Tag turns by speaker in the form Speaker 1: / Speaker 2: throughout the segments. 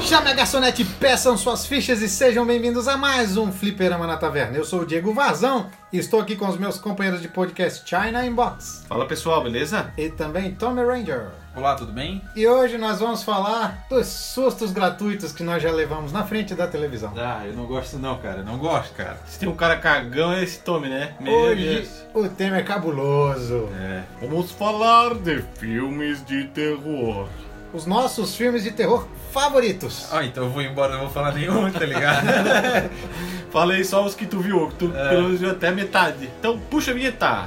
Speaker 1: Chame a garçonete, peçam suas fichas e sejam bem-vindos a mais um Fliperama na Taverna. Eu sou o Diego Vazão e estou aqui com os meus companheiros de podcast China Inbox
Speaker 2: Fala pessoal, beleza?
Speaker 1: e também Tommy Ranger.
Speaker 2: Olá, tudo bem?
Speaker 1: E hoje nós vamos falar dos sustos gratuitos que nós já levamos na frente da televisão.
Speaker 2: Ah, eu não gosto não, cara. Não gosto, cara. Se tem um cara cagão, é esse Tommy, né?
Speaker 1: Hoje o tema é cabuloso.
Speaker 2: É. Vamos falar de filmes de terror.
Speaker 1: Os nossos filmes de terror favoritos.
Speaker 3: Ah, então eu vou embora, não vou falar nenhum, tá ligado?
Speaker 2: Falei só os que tu viu, que tu pelo menos viu até metade. Então puxa a vinheta.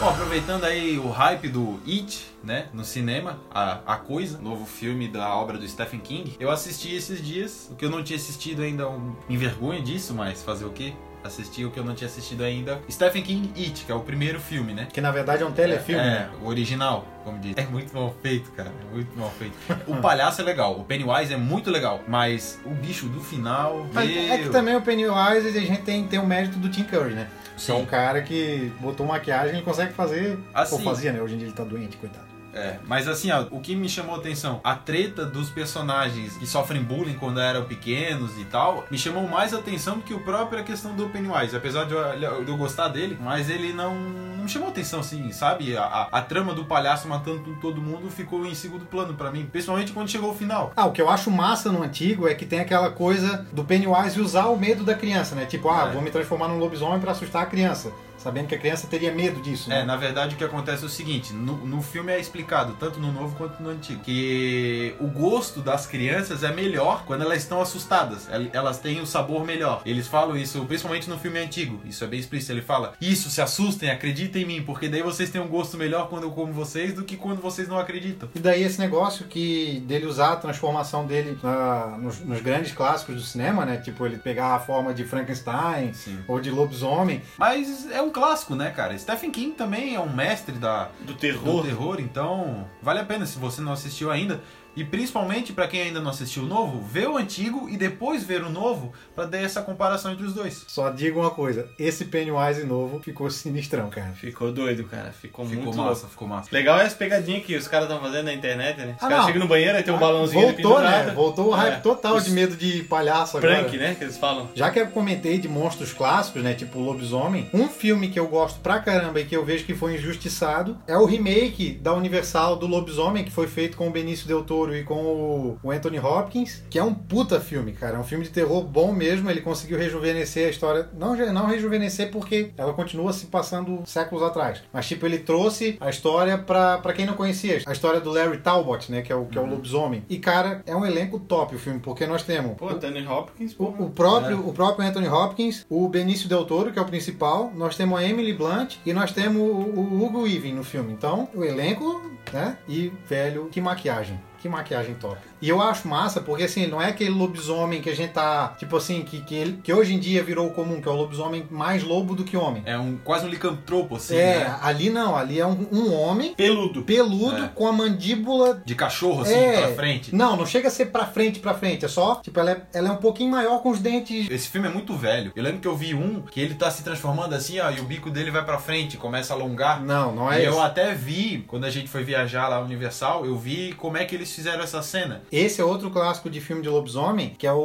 Speaker 3: Bom, aproveitando aí o hype do It, né, no cinema, a, a coisa, novo filme da obra do Stephen King, eu assisti esses dias, o que eu não tinha assistido ainda, um, me envergonha disso, mas fazer o quê? Assisti o que eu não tinha assistido ainda. Stephen King It, que é o primeiro filme, né?
Speaker 1: Que na verdade é um telefilme.
Speaker 3: É, o original, como diz. É muito mal feito, cara. É muito mal feito. O palhaço é legal, o Pennywise é muito legal, mas o bicho do final.
Speaker 1: Mas é que
Speaker 3: meu.
Speaker 1: também o Pennywise a gente tem, tem o mérito do Tim Curry, né?
Speaker 3: Sim.
Speaker 1: É um cara que botou maquiagem e consegue fazer.
Speaker 3: Assim.
Speaker 1: Ou fazia, né? Hoje em dia ele tá doente, coitado.
Speaker 3: É, mas assim, ó, o que me chamou a atenção, a treta dos personagens que sofrem bullying quando eram pequenos e tal, me chamou mais a atenção do que o próprio a questão do Pennywise. Apesar de eu, de eu gostar dele, mas ele não, não me chamou atenção, assim, sabe? A, a- a trama do palhaço matando todo mundo ficou em segundo plano pra mim, principalmente quando chegou o final.
Speaker 1: Ah, o que eu acho massa no antigo é que tem aquela coisa do Pennywise usar o medo da criança, né? Tipo, ah,
Speaker 3: É.
Speaker 1: vou me transformar num lobisomem pra assustar a criança. Sabendo que a criança teria medo disso,
Speaker 3: É,
Speaker 1: né?
Speaker 3: na verdade o que acontece é o seguinte, no, no filme é explicado, tanto no novo quanto no antigo, que o gosto das crianças é melhor quando elas estão assustadas, El- elas têm o sabor melhor. Eles falam isso, principalmente no filme antigo, isso é bem explícito, ele fala, isso, se assustem, acreditem em mim, porque daí vocês têm um gosto melhor quando eu como vocês do que quando vocês não acreditam.
Speaker 1: E daí esse negócio que dele usar a transformação dele na- nos, nos grandes clássicos do cinema, né? Tipo, ele pegar a forma de Frankenstein
Speaker 3: Sim.
Speaker 1: ou de lobisomem.
Speaker 3: Mas é um clássico, né, cara? Stephen King também é um mestre da,
Speaker 2: Do
Speaker 3: do
Speaker 2: terror.
Speaker 3: terror, então vale a pena se você não assistiu ainda. E principalmente pra quem ainda não assistiu o novo, vê o antigo e depois ver o novo pra ter essa comparação entre os dois.
Speaker 1: Só digo uma coisa, esse Pennywise novo ficou sinistrão, cara.
Speaker 2: Ficou doido, cara. Ficou,
Speaker 3: ficou
Speaker 2: muito
Speaker 3: massa,
Speaker 2: louco.
Speaker 3: ficou massa.
Speaker 2: Legal é as pegadinhas que os caras estão fazendo na internet, né? Os
Speaker 1: Ah,
Speaker 2: caras
Speaker 1: não.
Speaker 2: chegam no banheiro e tem um balãozinho
Speaker 1: Voltou,
Speaker 2: pendurado.
Speaker 1: né? Voltou o hype
Speaker 2: É.
Speaker 1: total de
Speaker 2: Os-
Speaker 1: medo de palhaço agora.
Speaker 2: Prank, né? Que eles falam.
Speaker 1: Já que eu comentei de monstros clássicos, né, tipo Lobisomem, um filme que eu gosto pra caramba e que eu vejo que foi injustiçado é o remake da Universal do Lobisomem, que foi feito com o Benício Del Toro e com o- o Anthony Hopkins, que é um puta filme, cara. É um filme de terror bom mesmo, ele conseguiu rejuvenescer a história. Não, re- não rejuvenescer porque ela continua se passando séculos atrás. Mas, tipo, ele trouxe a história pra, pra quem não conhecia, a história do Larry Talbot, né, que é o, que é o Lobisomem. E, cara, é um elenco top o filme, porque nós temos...
Speaker 2: Pô, Tony Hopkins, pô.
Speaker 1: O, o próprio, o próprio Anthony Hopkins, o Benício Del Toro, que é o principal, nós temos a Emily Blunt e nós temos o, o Hugo Weaving no filme. Então, o elenco, né? E, velho, que maquiagem. Que maquiagem top. E eu acho massa, porque assim, não é aquele lobisomem que a gente tá, tipo assim, que, que, ele- que hoje em dia virou o comum, que é o lobisomem mais lobo do que homem.
Speaker 3: É um quase um licantropo, assim,
Speaker 1: é,
Speaker 3: né?
Speaker 1: ali não, ali é um, um homem
Speaker 2: Peludo.
Speaker 1: peludo
Speaker 3: É.
Speaker 1: com a mandíbula
Speaker 3: De cachorro, assim,
Speaker 1: É.
Speaker 3: pra frente.
Speaker 1: não, não chega a ser pra frente, pra frente. É só, tipo, ela é, ela é um pouquinho maior com os dentes
Speaker 3: Esse filme é muito velho. Eu lembro que eu vi um que ele tá se transformando assim, ó, e o bico dele vai pra frente, começa a alongar.
Speaker 1: Não, não é
Speaker 3: e eu
Speaker 1: esse.
Speaker 3: até vi, quando a gente foi viajar lá ao Universal, eu vi como é que eles fizeram essa cena.
Speaker 1: Esse é outro clássico de filme de lobisomem, que é o,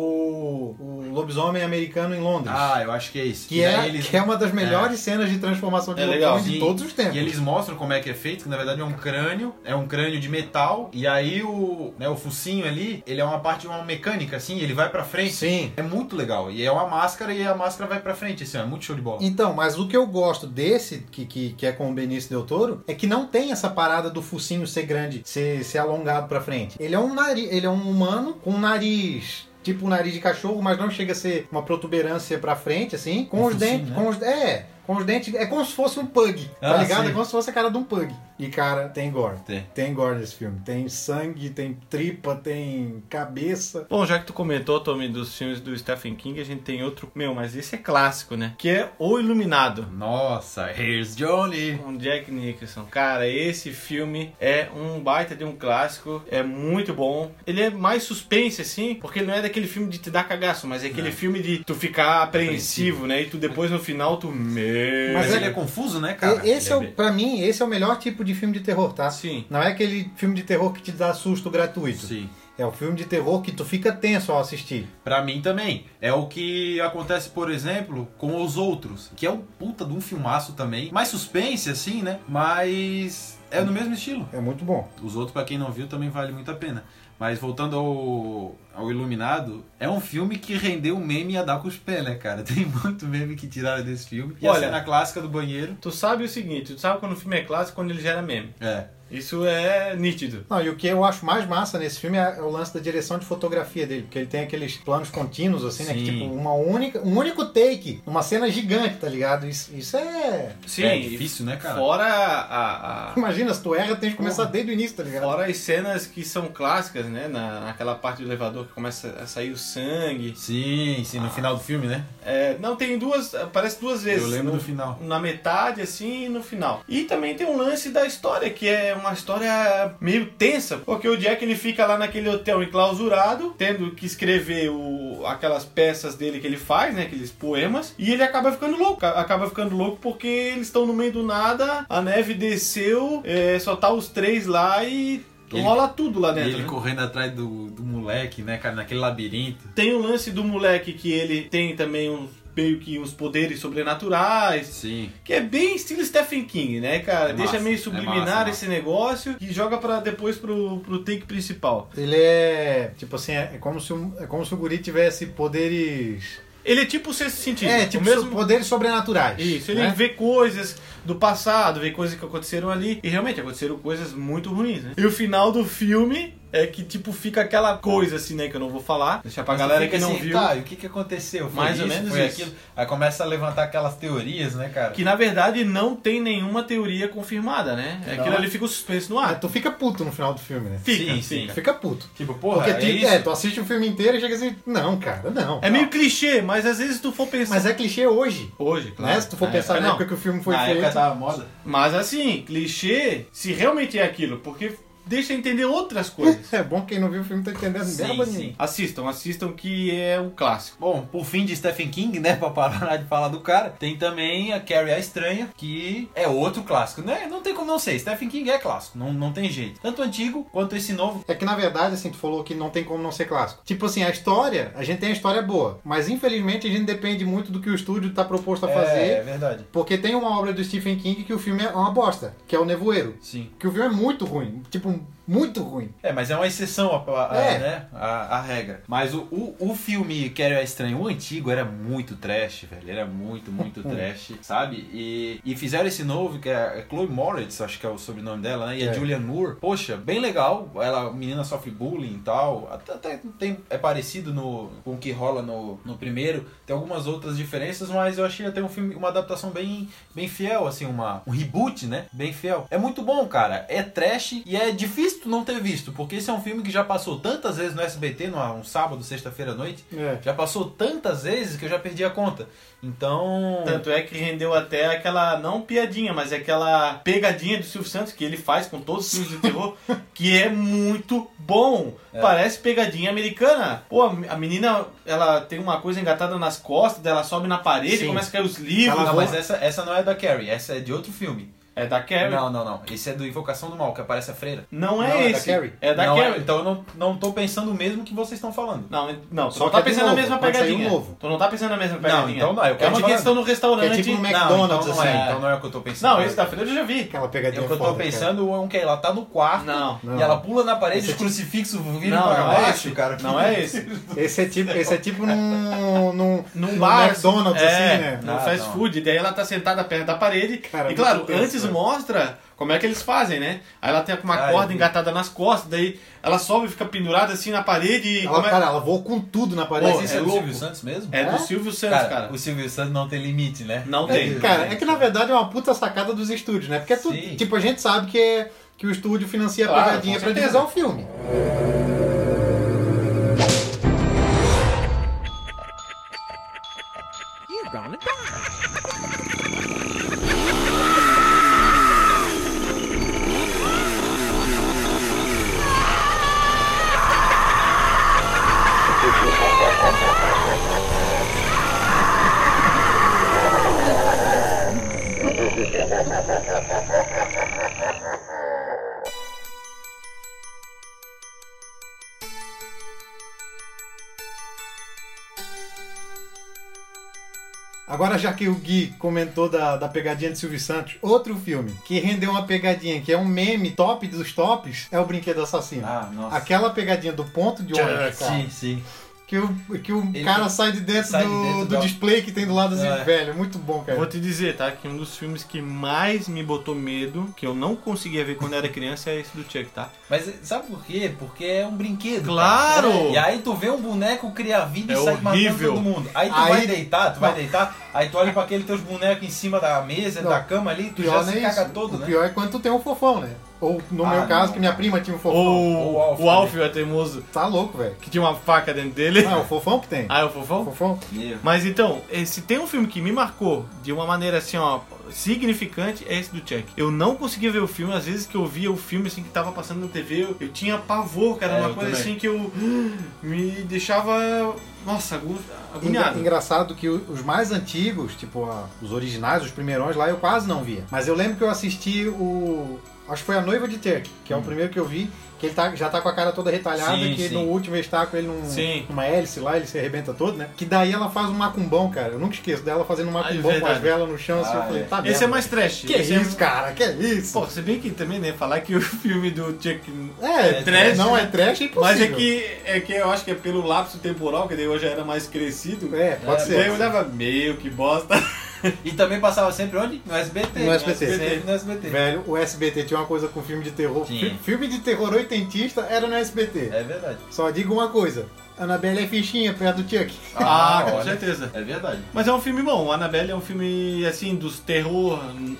Speaker 1: o Lobisomem Americano em Londres.
Speaker 3: Ah, eu acho que é isso.
Speaker 1: que,
Speaker 3: E
Speaker 1: é,
Speaker 3: daí eles-
Speaker 1: que é uma das melhores cenas de transformação de
Speaker 2: É legal.
Speaker 1: lobisomem de
Speaker 3: Sim.
Speaker 1: todos os tempos.
Speaker 3: E eles mostram como é que é feito, que na verdade é um crânio, é um crânio de metal, e aí o, né, o focinho ali, ele é uma parte de uma mecânica, assim, ele vai pra frente.
Speaker 1: Sim.
Speaker 3: É muito legal. E é uma máscara e a máscara vai pra frente, assim, ó, é muito show de bola.
Speaker 1: Então, mas o que eu gosto desse, que, que, que é com o Benício Del Toro, é que não tem essa parada do focinho ser grande, ser, ser alongado pra frente. Ele é um nariz, ele é um humano com um nariz tipo o nariz de cachorro, mas não chega a ser uma protuberância pra frente, assim. Com
Speaker 3: Um
Speaker 1: os
Speaker 3: focinho,
Speaker 1: dentes.
Speaker 3: né?
Speaker 1: Com os, é, com os dentes. É como se fosse um pug, tá
Speaker 3: Ah,
Speaker 1: ligado?
Speaker 3: sim.
Speaker 1: É como se fosse a cara de um pug. E, cara, tem gore.
Speaker 3: Tem.
Speaker 1: Tem gore nesse filme. Tem sangue, tem tripa, tem cabeça.
Speaker 4: Bom, já que tu comentou, Tommy, dos filmes do Stephen King, a gente tem outro, meu, mas esse é clássico, né? Que é O Iluminado.
Speaker 3: Nossa, here's Johnny.
Speaker 4: Com Jack Nicholson. Cara, esse filme é um baita de um clássico, é muito bom. Ele é mais suspense, assim, porque ele não é daquele filme de te dar cagaço, mas é aquele filme de tu ficar apreensivo, né? E tu depois no final tu. Meu.
Speaker 3: Mas,
Speaker 1: Mas
Speaker 3: ele
Speaker 1: é-
Speaker 3: é confuso, né, cara?
Speaker 1: E- esse é,
Speaker 3: Ele
Speaker 1: o, pra mim, esse é o melhor tipo de filme de terror, tá?
Speaker 4: Sim.
Speaker 1: Não é aquele filme de terror que te dá susto gratuito.
Speaker 3: Sim.
Speaker 1: É o filme de terror que tu fica tenso ao assistir.
Speaker 3: Pra mim também. É o que acontece, por exemplo, com Os Outros, que é um puta de um filmaço também. Mais suspense, assim, né? Mas é no mesmo estilo.
Speaker 1: É muito bom.
Speaker 3: Os Outros, pra quem não viu, também vale muito a pena. Mas voltando ao, ao Iluminado, é um filme que rendeu meme a dar com os pés, né, cara? Tem muito meme que tiraram desse filme. E
Speaker 4: Olha-
Speaker 3: a cena clássica do banheiro.
Speaker 4: Tu sabe o seguinte, tu sabe quando o filme é clássico, quando ele gera meme.
Speaker 3: É.
Speaker 4: Isso é nítido.
Speaker 1: Não, e o que eu acho mais massa nesse filme é o lance da direção de fotografia dele, porque ele tem aqueles planos contínuos, assim, né? Que,
Speaker 3: Sim.
Speaker 1: tipo, uma única, um único take, uma cena gigante, tá ligado? Isso, isso é.
Speaker 4: Sim,
Speaker 3: é difícil, né, cara?
Speaker 4: fora a- a-
Speaker 1: Imagina, se tu erra, tem que começar desde o início, tá ligado?
Speaker 4: Fora as cenas que são clássicas, né? Na, naquela parte do elevador que começa a sair o sangue.
Speaker 3: Sim, sim, no final do filme, né?
Speaker 4: É, não, tem duas. Aparece duas vezes.
Speaker 3: Eu lembro
Speaker 4: No-
Speaker 3: do final.
Speaker 4: Na metade, assim, e no final. E também tem um lance da história, que é uma história meio tensa, porque o Jack ele fica lá naquele hotel enclausurado, tendo que escrever o, aquelas peças dele que ele faz, né? Aqueles poemas, e ele acaba ficando louco. a- Acaba ficando louco porque eles estão no meio do nada, a neve desceu, é, só tá os três lá e.
Speaker 3: Ele-
Speaker 4: rola tudo lá
Speaker 3: E
Speaker 4: dentro.
Speaker 3: ele
Speaker 4: né?
Speaker 3: correndo atrás do, do moleque, né, cara? Naquele labirinto.
Speaker 4: Tem o lance do moleque que ele tem também uns, meio que uns poderes sobrenaturais.
Speaker 3: Sim.
Speaker 4: Que é bem estilo Stephen King, né, cara?
Speaker 3: É
Speaker 4: Deixa
Speaker 3: massa,
Speaker 4: meio
Speaker 3: é
Speaker 4: subliminar
Speaker 3: massa, massa.
Speaker 4: esse negócio e joga para depois pro, pro take principal.
Speaker 1: Ele é. Tipo assim, é é como se, um, é como se o guri tivesse poderes.
Speaker 4: Ele é tipo o sexto sentido.
Speaker 1: É,
Speaker 4: o
Speaker 1: tipo,
Speaker 4: mesmo...
Speaker 1: so- poderes sobrenaturais.
Speaker 4: Isso, ele
Speaker 3: É.
Speaker 1: né?
Speaker 4: vê coisas do passado, vê coisas que aconteceram ali. E realmente aconteceram coisas muito ruins, né? E o final do filme é que, tipo, fica aquela coisa assim, né? Que eu não vou falar. Deixar pra
Speaker 3: Mas tu
Speaker 4: galera
Speaker 3: fica
Speaker 4: que não
Speaker 3: assim,
Speaker 4: viu.
Speaker 3: Tá, e o que, que aconteceu? Foi
Speaker 4: Mais ou
Speaker 3: isso?
Speaker 4: menos
Speaker 3: Foi
Speaker 4: isso.
Speaker 3: aquilo? Aí começa a levantar aquelas teorias, né, cara?
Speaker 4: Que na verdade não tem nenhuma teoria confirmada, né?
Speaker 1: Não.
Speaker 4: Aquilo ali fica o suspense no
Speaker 1: Ah,
Speaker 4: ar.
Speaker 1: tu fica puto no final do filme, né?
Speaker 4: Fica,
Speaker 3: Sim,
Speaker 4: fica.
Speaker 1: Fica puto.
Speaker 3: Tipo, porra,
Speaker 1: Porque
Speaker 3: é
Speaker 1: tu,
Speaker 3: isso?
Speaker 1: é, tu assiste o filme inteiro e chega assim, não, cara, não.
Speaker 4: É meio clichê, mas às vezes tu for pensar.
Speaker 1: Mas é clichê hoje.
Speaker 4: Hoje, claro.
Speaker 1: né? Se tu for
Speaker 4: Na
Speaker 1: pensar
Speaker 4: época,
Speaker 1: na época que o filme foi
Speaker 3: é, Na
Speaker 1: feito.
Speaker 3: época tava moda.
Speaker 4: Mas assim, clichê, se realmente é aquilo, porque deixa entender outras coisas.
Speaker 1: É bom quem não viu o filme tá entendendo
Speaker 3: Sim,
Speaker 1: merda
Speaker 3: sim.
Speaker 1: nenhuma.
Speaker 4: assistam, assistam que é um clássico.
Speaker 3: Bom, por fim de Stephen King, né, pra parar de falar do cara, tem também a Carrie a Estranha, que é outro clássico, né? Não tem como não ser, Stephen King é clássico, não, não tem jeito. Tanto o antigo quanto esse novo.
Speaker 1: É que na verdade, assim, tu falou que não tem como não ser clássico. Tipo assim, a história, a gente tem a história boa, mas infelizmente a gente depende muito do que o estúdio tá proposto a
Speaker 3: É,
Speaker 1: fazer.
Speaker 3: é verdade.
Speaker 1: Porque tem uma obra do Stephen King que o filme é uma bosta, que é o Nevoeiro.
Speaker 3: Sim.
Speaker 1: Que o filme é muito ruim, tipo, muito ruim.
Speaker 3: É, mas é uma exceção a, a-
Speaker 1: É.
Speaker 3: né, a, a regra. Mas o, o, o filme Carrie é Estranho, o antigo, era muito trash, velho. Era muito, muito trash, sabe? E, e fizeram esse novo, que é a Chloe Moritz, acho que é o sobrenome dela, né? E a
Speaker 1: É.
Speaker 3: Julianne Moore. Poxa, bem legal. Ela, a menina sofre bullying e tal. Até, até tem, é parecido no, com o que rola no, no primeiro. Tem algumas outras diferenças, mas eu achei até um filme, uma adaptação bem, bem fiel, assim, uma, um reboot, né? Bem fiel. É muito bom, cara. É trash e é difícil tu não ter visto, porque esse é um filme que já passou tantas vezes no SBT, numa, um sábado, sexta-feira à noite.
Speaker 1: É.
Speaker 3: Já passou tantas vezes que eu já perdi a conta. Então.
Speaker 4: Tanto é que rendeu até aquela, não piadinha, mas aquela pegadinha do Silvio Santos que ele faz com todos os filmes de terror, que é muito bom. Parece pegadinha americana. Pô, a menina, ela tem uma coisa engatada nas costas, ela sobe na parede,
Speaker 1: Sim.
Speaker 4: começa a cair os livros.
Speaker 3: Não, mas essa, essa não é da Carrie, essa é de outro filme.
Speaker 4: É da Carrie. Não,
Speaker 3: Não, não, não. Esse é do Invocação do Mal, que aparece a freira.
Speaker 4: é
Speaker 1: Não, é da
Speaker 4: esse.
Speaker 1: Carrie.
Speaker 4: É da
Speaker 3: não,
Speaker 4: Carrie.
Speaker 3: é- então eu não, não tô pensando o mesmo que vocês estão falando.
Speaker 4: Não, não, tu
Speaker 1: Só
Speaker 4: não
Speaker 1: que
Speaker 4: tá
Speaker 1: é de
Speaker 4: pensando na
Speaker 1: novo,
Speaker 4: mesma
Speaker 1: pode sair um
Speaker 4: pegadinha.
Speaker 1: novo.
Speaker 4: Tu não tá pensando na mesma
Speaker 3: Não,
Speaker 4: pegadinha.
Speaker 3: então não, eu
Speaker 4: É
Speaker 3: quero
Speaker 4: uma
Speaker 3: falar-
Speaker 4: questão no
Speaker 1: Que
Speaker 4: restaurante.
Speaker 1: é tipo um
Speaker 3: Não,
Speaker 1: McDonald's,
Speaker 3: então não
Speaker 1: assim.
Speaker 3: é, então não é o que eu tô pensando.
Speaker 4: Não, esse da Freira eu já vi.
Speaker 1: Aquela
Speaker 3: É
Speaker 1: pegadinha
Speaker 3: o que eu
Speaker 1: tá foda,
Speaker 3: tô
Speaker 1: cara.
Speaker 3: pensando é um que ela tá no quarto
Speaker 4: Não. é tipo-
Speaker 1: Não.
Speaker 3: e ela pula na parede,
Speaker 1: Esse
Speaker 3: os crucifixos viram
Speaker 4: Não,
Speaker 3: pra
Speaker 4: não é
Speaker 3: baixo,
Speaker 4: esse.
Speaker 3: cara.
Speaker 4: Não é esse.
Speaker 1: Esse é tipo, esse é tipo num, num,
Speaker 4: Num
Speaker 1: num
Speaker 4: bar.
Speaker 1: McDonald's,
Speaker 4: é,
Speaker 1: assim, né?
Speaker 4: No
Speaker 3: Ah,
Speaker 4: fast
Speaker 3: não.
Speaker 4: food. Daí ela tá sentada perto da parede.
Speaker 1: Cara,
Speaker 4: e claro,
Speaker 1: muito tenso,
Speaker 4: antes isso mostra como é que eles fazem, né? Aí ela tem uma
Speaker 3: Ah, eu
Speaker 4: corda
Speaker 3: vi.
Speaker 4: engatada nas costas, daí ela sobe e fica pendurada assim na parede e
Speaker 1: Ela,
Speaker 4: como é-
Speaker 1: Cara, ela voou com tudo na parede.
Speaker 4: Pô,
Speaker 3: Mas
Speaker 4: é
Speaker 3: isso é, do
Speaker 4: louco.
Speaker 3: Silvio Santos mesmo?
Speaker 4: É
Speaker 1: É?
Speaker 4: do Silvio Santos, cara.
Speaker 3: O Silvio Santos não tem limite, né?
Speaker 4: Não
Speaker 1: É,
Speaker 4: tem.
Speaker 1: cara, é que na verdade é uma puta sacada dos estúdios, né? Porque é tudo-
Speaker 3: Sim.
Speaker 1: tipo, a gente sabe que, é- que o estúdio financia a
Speaker 4: Claro,
Speaker 1: pegadinha
Speaker 4: com
Speaker 1: pra
Speaker 4: certeza.
Speaker 1: divulgar o filme. Agora, já que o Gui comentou da, da pegadinha de Silvio Santos, outro filme que rendeu uma pegadinha, que é um meme top dos tops, é o Brinquedo Assassino.
Speaker 3: Ah, nossa.
Speaker 1: Aquela pegadinha do ponto de ônibus, cara,
Speaker 3: Sim, sim.
Speaker 1: que o, que o
Speaker 3: Ele
Speaker 1: cara sai de dentro,
Speaker 3: sai de
Speaker 1: do,
Speaker 3: dentro
Speaker 1: do
Speaker 3: da-
Speaker 1: display que tem do lado assim,
Speaker 3: É.
Speaker 1: velho. Muito bom, cara.
Speaker 4: Vou te dizer, tá? Que um dos filmes que mais me botou medo, que eu não conseguia ver quando era criança, é esse do Chuck, tá?
Speaker 3: Mas sabe por quê? Porque é um brinquedo.
Speaker 4: Claro!
Speaker 3: cara. E aí tu vê um boneco criar vida e
Speaker 4: É
Speaker 3: sai
Speaker 4: horrível.
Speaker 3: matando todo mundo. Aí tu
Speaker 1: Aí-
Speaker 3: vai deitar, tu vai deitar, aí tu olha pra aquele teus bonecos em cima da mesa,
Speaker 1: Não.
Speaker 3: da cama ali,
Speaker 1: O
Speaker 3: tu já
Speaker 1: pior não
Speaker 3: se
Speaker 1: é
Speaker 3: caga
Speaker 1: isso.
Speaker 3: todo,
Speaker 1: o
Speaker 3: né?
Speaker 1: pior é quando tu tem um fofão, né? Ou no
Speaker 3: Ah,
Speaker 1: meu caso,
Speaker 3: não.
Speaker 1: que minha prima tinha um fofão.
Speaker 4: Ou
Speaker 3: o Alf
Speaker 4: o Alf, o teimoso,
Speaker 1: Tá louco, velho.
Speaker 4: que tinha uma faca dentro dele.
Speaker 1: Ah, é o fofão que tem.
Speaker 4: Ah, é o fofão?
Speaker 1: O fofão?
Speaker 3: Meu.
Speaker 4: Mas então, eh, se tem um filme que me marcou de uma maneira assim, ó, significante, é esse do Chuck. Eu não conseguia ver o filme, às vezes que eu via o filme assim que tava passando na TV, eu, eu tinha pavor, cara,
Speaker 3: É,
Speaker 4: uma
Speaker 3: eu
Speaker 4: coisa
Speaker 3: também.
Speaker 4: assim que eu me deixava, nossa, agu-
Speaker 1: Engra-
Speaker 4: agoniado.
Speaker 1: engraçado que o- os mais antigos, tipo a- os originais, os primeirões lá, eu quase não via. Mas eu lembro que eu assisti o. Acho que foi a noiva de Turk, que é o primeiro que eu vi, que ele tá, já tá com a cara toda retalhada,
Speaker 3: Hum. Sim,
Speaker 1: que
Speaker 3: sim.
Speaker 1: no último estáculo ele num,
Speaker 4: Sim.
Speaker 1: numa hélice lá, ele se arrebenta todo, né? Que daí ela faz um macumbão, cara. Eu nunca esqueço dela fazendo um macumbão com as
Speaker 4: verdade.
Speaker 1: velas no chão, assim,
Speaker 3: é Ah,
Speaker 1: eu falei,
Speaker 3: é.
Speaker 1: tá
Speaker 4: Esse
Speaker 1: merda.
Speaker 4: é mais trash.
Speaker 1: Que
Speaker 4: esse
Speaker 1: isso,
Speaker 4: é...
Speaker 1: cara? Que isso?
Speaker 4: Pô, se bem que também, né, falar que o filme do Chuck...
Speaker 1: é,
Speaker 3: é
Speaker 1: trash,
Speaker 3: trash,
Speaker 1: não é trash, é impossível.
Speaker 4: Mas é que, é que eu acho que é pelo lapso temporal, que daí eu já era mais crescido.
Speaker 1: É, pode
Speaker 3: É,
Speaker 4: E aí
Speaker 1: ser.
Speaker 4: eu olhava, meu, que bosta.
Speaker 3: E também passava sempre onde? No SBT.
Speaker 1: No SBT.
Speaker 3: Sempre no SBT.
Speaker 1: Velho, o SBT tinha uma coisa com filme de terror.
Speaker 3: Tinha.
Speaker 1: Fi- Filme de terror oitentista era no SBT.
Speaker 3: É verdade.
Speaker 1: Só digo uma coisa: Annabelle é fichinha perto do Chuck.
Speaker 4: Ah, com
Speaker 3: olha.
Speaker 4: certeza.
Speaker 3: É verdade.
Speaker 4: Mas é um filme bom, o Annabelle é um filme, assim, dos terror,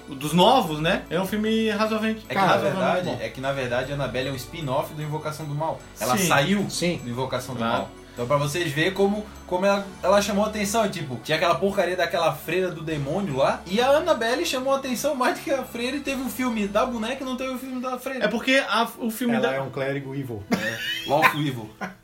Speaker 4: dos novos, né? É um filme razoavelmente,
Speaker 3: É que,
Speaker 1: Cara,
Speaker 3: na
Speaker 4: razoavelmente
Speaker 3: verdade, é que na verdade a Annabelle é um spin-off do Invocação do Mal. Ela
Speaker 4: Sim.
Speaker 3: saiu
Speaker 1: Sim.
Speaker 3: do Invocação do
Speaker 4: Claro.
Speaker 3: Mal. Então pra vocês verem como, como ela, ela chamou atenção, tipo, tinha aquela porcaria daquela freira do demônio lá, e a Annabelle chamou atenção mais do que a freira e teve um filme da boneca e não teve o filme da
Speaker 4: bom.
Speaker 3: freira.
Speaker 4: É porque a- o filme
Speaker 1: Ela
Speaker 4: da...
Speaker 1: é um clérigo evil.
Speaker 3: Lawful Evil. um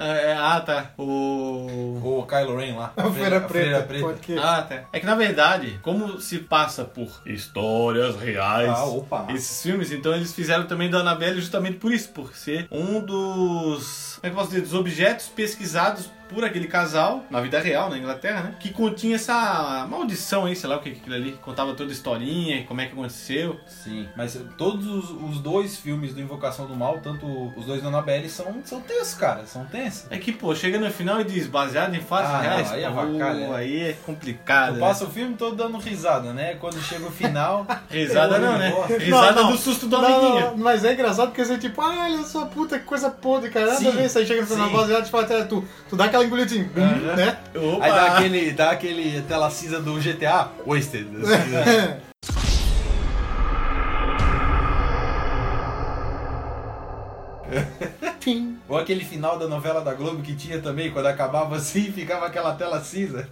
Speaker 4: É, ah, tá. O...
Speaker 3: Ou Kylo Ren lá.
Speaker 1: A feira preta.
Speaker 3: Freira
Speaker 1: Pode que...
Speaker 4: Ah, tá. É que, na verdade, como se passa por histórias reais...
Speaker 3: Ah, opa.
Speaker 4: Esses filmes, então eles fizeram também da Annabelle justamente por isso, por ser um dos. Como é que eu posso dizer? Dos objetos pesquisados por aquele casal, na vida real, na Inglaterra, né? Que continha essa maldição aí, sei lá o que é aquilo ali. Contava toda a historinha, como é que aconteceu.
Speaker 3: Sim, mas todos os, os dois filmes do Invocação do Mal, tanto os dois da Annabelle, são, são tensos, cara. São tensos.
Speaker 4: É que, pô, chega no final e diz, baseado em fatos
Speaker 3: Ah, não,
Speaker 4: reais,
Speaker 3: aí é
Speaker 4: pô,
Speaker 3: avacalha, né?
Speaker 4: aí é complicado.
Speaker 3: Tu
Speaker 4: né?
Speaker 3: passa o filme todo dando risada, né? Quando chega o final.
Speaker 4: Risada
Speaker 3: Eu
Speaker 4: não,
Speaker 3: não
Speaker 4: né?
Speaker 3: gosto.
Speaker 4: Risada
Speaker 1: Não, não.
Speaker 4: do susto do
Speaker 1: Não,
Speaker 4: amiguinho.
Speaker 1: não, mas é engraçado porque você, tipo, ah, olha só, puta, que coisa podre, cara. Nada
Speaker 3: Sim,
Speaker 1: a ver, você chega no final
Speaker 3: sim.
Speaker 1: da base e fala, até tu, tu dá aquela engolidinha,
Speaker 4: Aham.
Speaker 1: né?
Speaker 4: Opa!
Speaker 3: Aí dá aquele, dá aquele tela cinza do GTA. Wasted.
Speaker 1: Fim.
Speaker 3: Ou aquele final da novela da Globo que tinha também, quando acabava assim, ficava aquela tela cinza.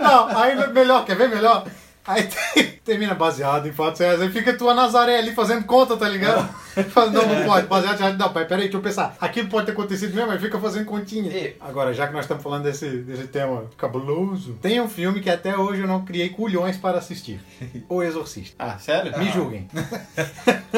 Speaker 1: Não, aí melhor, quer ver melhor? Aí tem- termina baseado em fatos reais, aí fica tu a Nazaré ali fazendo conta, tá ligado?
Speaker 3: É.
Speaker 1: Fala, Não, não pode, baseado em fatos- não, pai, peraí, deixa eu pensar. Aquilo pode ter acontecido mesmo, aí fica fazendo continha.
Speaker 3: E-
Speaker 1: Agora, já que nós estamos falando desse, desse tema cabuloso, tem um filme que até hoje eu não criei culhões para assistir. O Exorcista.
Speaker 4: Ah, sério?
Speaker 1: Me julguem.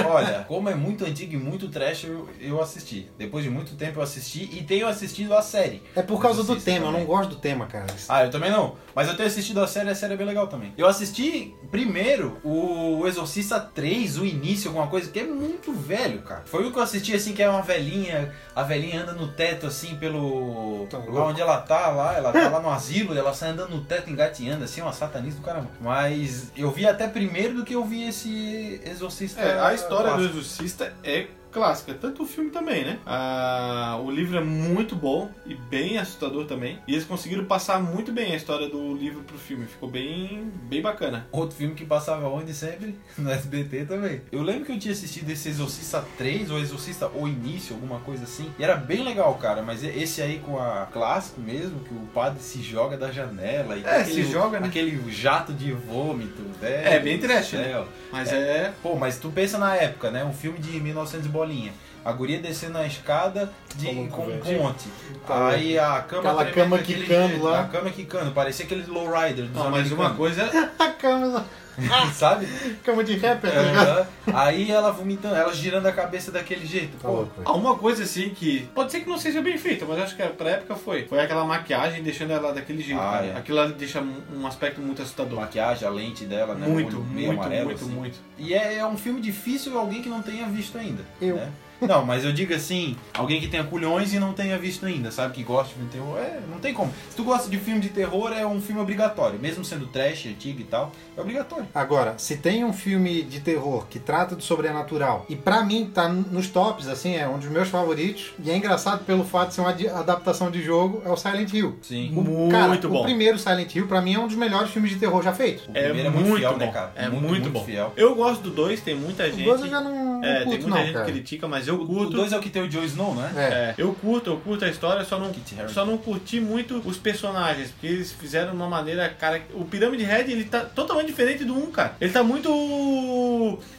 Speaker 3: Olha, como é muito antigo e muito trash, eu, eu assisti. Depois de muito tempo eu assisti e tenho assistido a série.
Speaker 1: É por causa do
Speaker 3: Exorcista
Speaker 1: tema, eu
Speaker 3: também.
Speaker 1: não gosto do tema, cara.
Speaker 3: Ah, eu também não. Mas eu tenho assistido a série, a série é bem legal também. Eu assisti assisti primeiro o Exorcista 3, o início, alguma coisa, que é muito velho, cara. Foi o que eu assisti, assim, que é uma velhinha, a velhinha anda no teto, assim, pelo...
Speaker 1: Tá
Speaker 3: lá
Speaker 1: louco.
Speaker 3: onde ela tá, lá, ela tá lá no asilo, ela sai andando no teto, engateando, assim, uma satanista do caramba. Mas eu vi até primeiro do que eu vi esse Exorcista
Speaker 4: É, a história
Speaker 3: clássico.
Speaker 4: do Exorcista é clássica, tanto o filme também, né? Ah, o livro é muito bom e bem assustador também. E eles conseguiram passar muito bem a história do livro pro filme, ficou bem, bem bacana.
Speaker 3: Outro filme que passava onde sempre? No SBT também. Eu lembro que eu tinha assistido esse Exorcista 3 ou Exorcista O Início, alguma coisa assim. E era bem legal, cara. Mas e- esse aí com a clássico mesmo, que o padre se joga da janela. E
Speaker 4: É,
Speaker 3: aquele,
Speaker 4: se joga, né?
Speaker 3: Aquele jato de vômito, velho.
Speaker 4: É, bem trash,
Speaker 3: do céu.
Speaker 4: Mas é,
Speaker 3: Pô, mas tu pensa na época, né? Um filme de 1900 e bolinha. A guria descendo a escada de,
Speaker 1: Como
Speaker 3: com um
Speaker 1: velho.
Speaker 3: ponte.
Speaker 1: Tá,
Speaker 3: Aí a cama...
Speaker 1: Aquela
Speaker 3: tremendo
Speaker 1: cama
Speaker 3: daquele
Speaker 1: quicando
Speaker 3: jeito,
Speaker 1: lá.
Speaker 3: A cama quicando. Parecia aquele lowrider dos
Speaker 4: não, mas Ah, uma
Speaker 3: americanos,
Speaker 4: coisa
Speaker 1: A cama,
Speaker 3: sabe?
Speaker 1: a cama de rapper, tá ligado?
Speaker 3: Aham. Aí ela vomitando, ela girando a cabeça daquele jeito.
Speaker 1: Tá
Speaker 3: Pô,
Speaker 1: louco, velho.
Speaker 4: Há uma coisa assim que. Pode ser que não seja bem feita, mas acho que pra época foi. Foi aquela maquiagem deixando ela daquele jeito.
Speaker 3: Ah,
Speaker 4: cara.
Speaker 3: é.
Speaker 4: Aquilo ali deixa um um aspecto muito
Speaker 3: a
Speaker 4: assustador.
Speaker 3: maquiagem, a lente dela, né?
Speaker 4: Muito,
Speaker 3: o olho meio
Speaker 4: muito,
Speaker 3: amarelo,
Speaker 4: muito,
Speaker 3: assim.
Speaker 4: muito.
Speaker 3: E é, é um filme difícil alguém que não tenha visto ainda.
Speaker 1: Eu.
Speaker 3: né? Não, mas eu digo assim, alguém que tenha culhões e não tenha visto ainda, sabe? Que gosta de filme de terror, é, não tem como. Se tu gosta de filme de terror, é um filme obrigatório. Mesmo sendo trash, antigo e tal, é obrigatório.
Speaker 1: Agora, se tem um filme de terror que trata do sobrenatural, e pra mim tá nos tops, assim, é um dos meus favoritos, e é engraçado pelo fato de ser uma di- adaptação de jogo, é o Silent Hill.
Speaker 3: Sim.
Speaker 1: O- cara,
Speaker 4: Muito bom.
Speaker 1: O primeiro Silent Hill, pra mim, é um dos melhores filmes de terror já feito.
Speaker 3: O
Speaker 4: É
Speaker 3: primeiro é muito,
Speaker 4: muito
Speaker 3: fiel,
Speaker 4: bom.
Speaker 3: né, cara?
Speaker 4: É muito bom.
Speaker 3: fiel.
Speaker 4: Eu gosto do 2, tem muita
Speaker 1: O
Speaker 4: gente.
Speaker 1: dois eu já não, não
Speaker 4: é, tem
Speaker 1: curto,
Speaker 4: muita
Speaker 1: não,
Speaker 4: gente
Speaker 1: cara.
Speaker 4: que critica, mas eu
Speaker 3: O
Speaker 4: curto.
Speaker 3: 2 é o que tem o Joe Snow, né?
Speaker 1: É.
Speaker 4: É, eu curto, eu curto a história, só não,
Speaker 3: Kit Harington.
Speaker 4: só não curti muito os personagens, porque eles fizeram de uma maneira, cara, o Pirâmide Red, ele tá totalmente diferente do 1, cara. Ele tá muito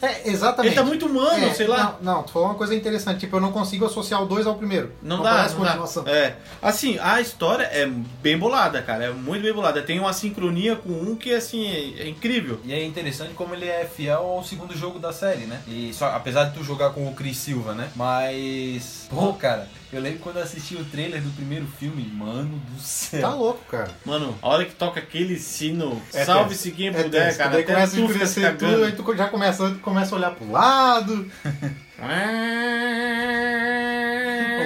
Speaker 1: É, exatamente.
Speaker 4: ele tá muito humano,
Speaker 1: É,
Speaker 4: sei lá.
Speaker 1: Não, não, tu falou uma coisa interessante. Tipo, eu não consigo associar o 2 ao primeiro.
Speaker 4: Não, dá,
Speaker 1: parece
Speaker 4: não dá.
Speaker 1: continuação.
Speaker 4: É. Assim, a história é bem bolada, cara. É muito bem bolada. Tem uma sincronia com um que, assim, é, é incrível.
Speaker 3: E é interessante como ele é fiel ao segundo jogo da série, né? E só, apesar de tu jogar com o Chris Silva, né? Mas. Pô, cara, eu lembro quando eu assisti o trailer do primeiro filme, mano do
Speaker 4: É.
Speaker 3: céu.
Speaker 1: Tá louco, cara.
Speaker 4: Mano, a hora que toca aquele sino,
Speaker 1: É
Speaker 4: salve-se quem
Speaker 1: É
Speaker 4: puder,
Speaker 1: tenso.
Speaker 4: cara.
Speaker 1: Daí
Speaker 4: até
Speaker 1: começa a
Speaker 4: tu né? fica
Speaker 1: escurecer
Speaker 4: cagando.
Speaker 1: tudo, aí tu já começa, começa a olhar pro lado. o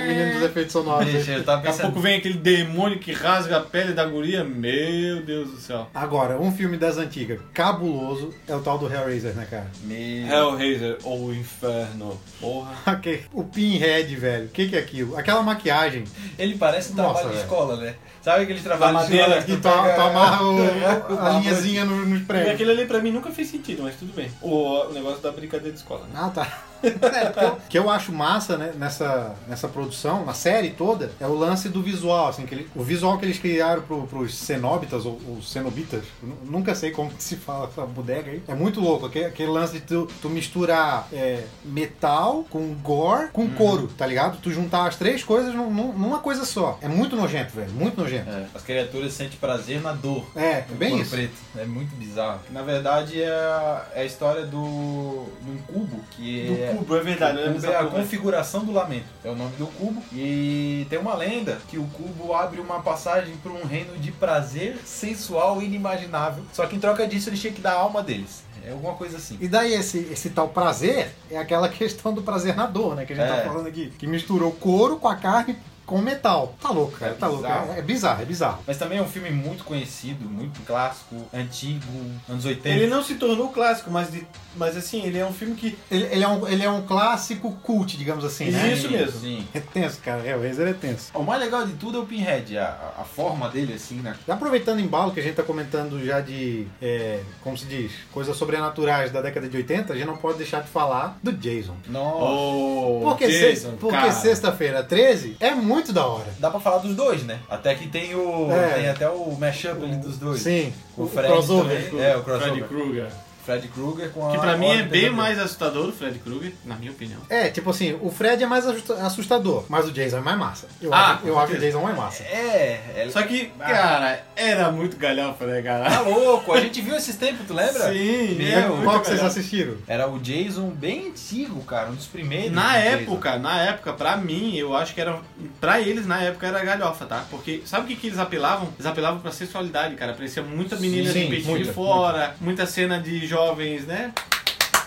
Speaker 1: menino dos efeitos sonoros.
Speaker 3: Deixa,
Speaker 1: aí.
Speaker 3: eu tava
Speaker 4: Daqui a
Speaker 3: pensando.
Speaker 4: pouco vem aquele demônio que rasga a pele da guria. Meu Deus do céu.
Speaker 1: Agora, um filme das antigas cabuloso é o tal do Hellraiser, né, cara?
Speaker 3: Meu.
Speaker 4: Hellraiser ou Inferno. Porra.
Speaker 1: Ok. O Pinhead, velho. O que, que é aquilo? Aquela maquiagem.
Speaker 3: Ele parece um
Speaker 1: Nossa,
Speaker 3: trabalho de
Speaker 1: velho. Tá
Speaker 3: escola, né? Sabe aquele trabalho
Speaker 4: Da
Speaker 3: de
Speaker 4: madeira
Speaker 3: escola
Speaker 1: Que
Speaker 3: tu
Speaker 1: tu,
Speaker 3: pega-
Speaker 1: tu amarra o-
Speaker 3: amarra
Speaker 1: a
Speaker 3: o-
Speaker 1: linhazinha no- nos
Speaker 4: E
Speaker 1: prédios.
Speaker 4: É, aquele ali pra mim nunca fez sentido, mas tudo bem. O, o negócio da brincadeira de escola, né?
Speaker 1: Ah, tá. É, porque eu- o que eu acho massa né, nessa, nessa produção, na série toda, é o lance do visual, assim, que ele- o visual que eles criaram pro, pros cenóbitas ou, ou cenobitas, eu nu- nunca sei como que se fala essa bodega aí. É muito louco, aque- aquele, lance de tu, tu misturar é, metal com gore com couro, tá ligado? Tu juntar as três coisas num- num- numa coisa só. É muito nojento, velho, muito nojento.
Speaker 3: É, as criaturas sentem prazer na dor.
Speaker 1: É, é bem
Speaker 3: Ouro
Speaker 1: isso.
Speaker 3: preto. É muito bizarro. Na verdade, é a, é a história do. de um cubo que
Speaker 4: Do
Speaker 3: é.
Speaker 4: cubo, é verdade. eu
Speaker 3: O
Speaker 4: lembro
Speaker 3: cubo é
Speaker 4: dessa
Speaker 3: a
Speaker 4: porra.
Speaker 3: configuração do lamento, é o nome do cubo. E tem uma lenda que o cubo abre uma passagem para um reino de prazer sensual e inimaginável. Só que em troca disso ele tinha que dar a alma deles. É alguma coisa assim.
Speaker 1: E daí esse, esse tal prazer é aquela questão do prazer na dor, né? Que a gente
Speaker 3: É.
Speaker 1: tá falando aqui. Que misturou couro com a carne com metal. Tá louco, cara.
Speaker 3: É
Speaker 1: tá louco.
Speaker 3: bizarro.
Speaker 1: É, é bizarro, é bizarro.
Speaker 3: Mas também é um filme muito conhecido, muito clássico, antigo, anos 80.
Speaker 4: Ele não se tornou clássico, mas, de- mas assim, ele é um filme que.
Speaker 1: Ele, ele é, um, ele é um clássico cult, digamos assim,
Speaker 4: Existe.
Speaker 1: né?
Speaker 4: isso mesmo.
Speaker 3: Sim.
Speaker 1: É tenso, cara. É, o Razer é tenso.
Speaker 3: O mais legal de tudo é o Pinhead, a, a forma dele assim, né?
Speaker 1: E Aproveitando o embalo que a gente tá comentando já de, é, como se diz, coisas sobrenaturais da década de 80, a gente não pode deixar de falar do Jason.
Speaker 3: Nossa.
Speaker 4: Oh,
Speaker 1: Porque
Speaker 4: Jason,
Speaker 1: se- porque
Speaker 4: cara.
Speaker 1: sexta-feira 13 é muito da hora.
Speaker 3: Dá pra falar dos dois, né? Até que tem o.
Speaker 1: É.
Speaker 3: Tem até o mashup ali dos dois.
Speaker 1: Sim.
Speaker 3: O Fred
Speaker 1: crossover.
Speaker 3: também. É, o crossover.
Speaker 4: Freddy Krueger.
Speaker 3: Fred Krueger com a.
Speaker 4: Que pra mim é
Speaker 3: Hora
Speaker 4: bem
Speaker 3: do Pesadelo.
Speaker 4: mais assustador o Fred Krueger, na minha opinião.
Speaker 1: É, tipo assim, o Fred é mais assusta- assustador, mas o Jason é mais massa. Eu,
Speaker 3: Ah,
Speaker 1: acho,
Speaker 3: com
Speaker 1: eu acho o
Speaker 3: certeza.
Speaker 1: Jason mais massa.
Speaker 3: É, é.
Speaker 4: Só que, cara, era muito galhofa, né, cara?
Speaker 3: Tá louco, a gente viu esses tempos, tu lembra?
Speaker 4: Sim, é
Speaker 3: Meu,
Speaker 4: muito
Speaker 1: Qual que vocês
Speaker 4: galhofa.
Speaker 1: assistiram?
Speaker 3: Era o Jason bem antigo, cara, um dos primeiros.
Speaker 4: Na
Speaker 3: do Jason.
Speaker 1: né?
Speaker 4: época, na época, pra mim, eu acho que era. Pra eles, na época, era galhofa, tá? Porque sabe o que, que eles apelavam? Eles apelavam pra sexualidade, cara. Aparecia muita menina
Speaker 1: Sim,
Speaker 4: de peito
Speaker 1: muita,
Speaker 4: de fora, muita cena de jovens, né?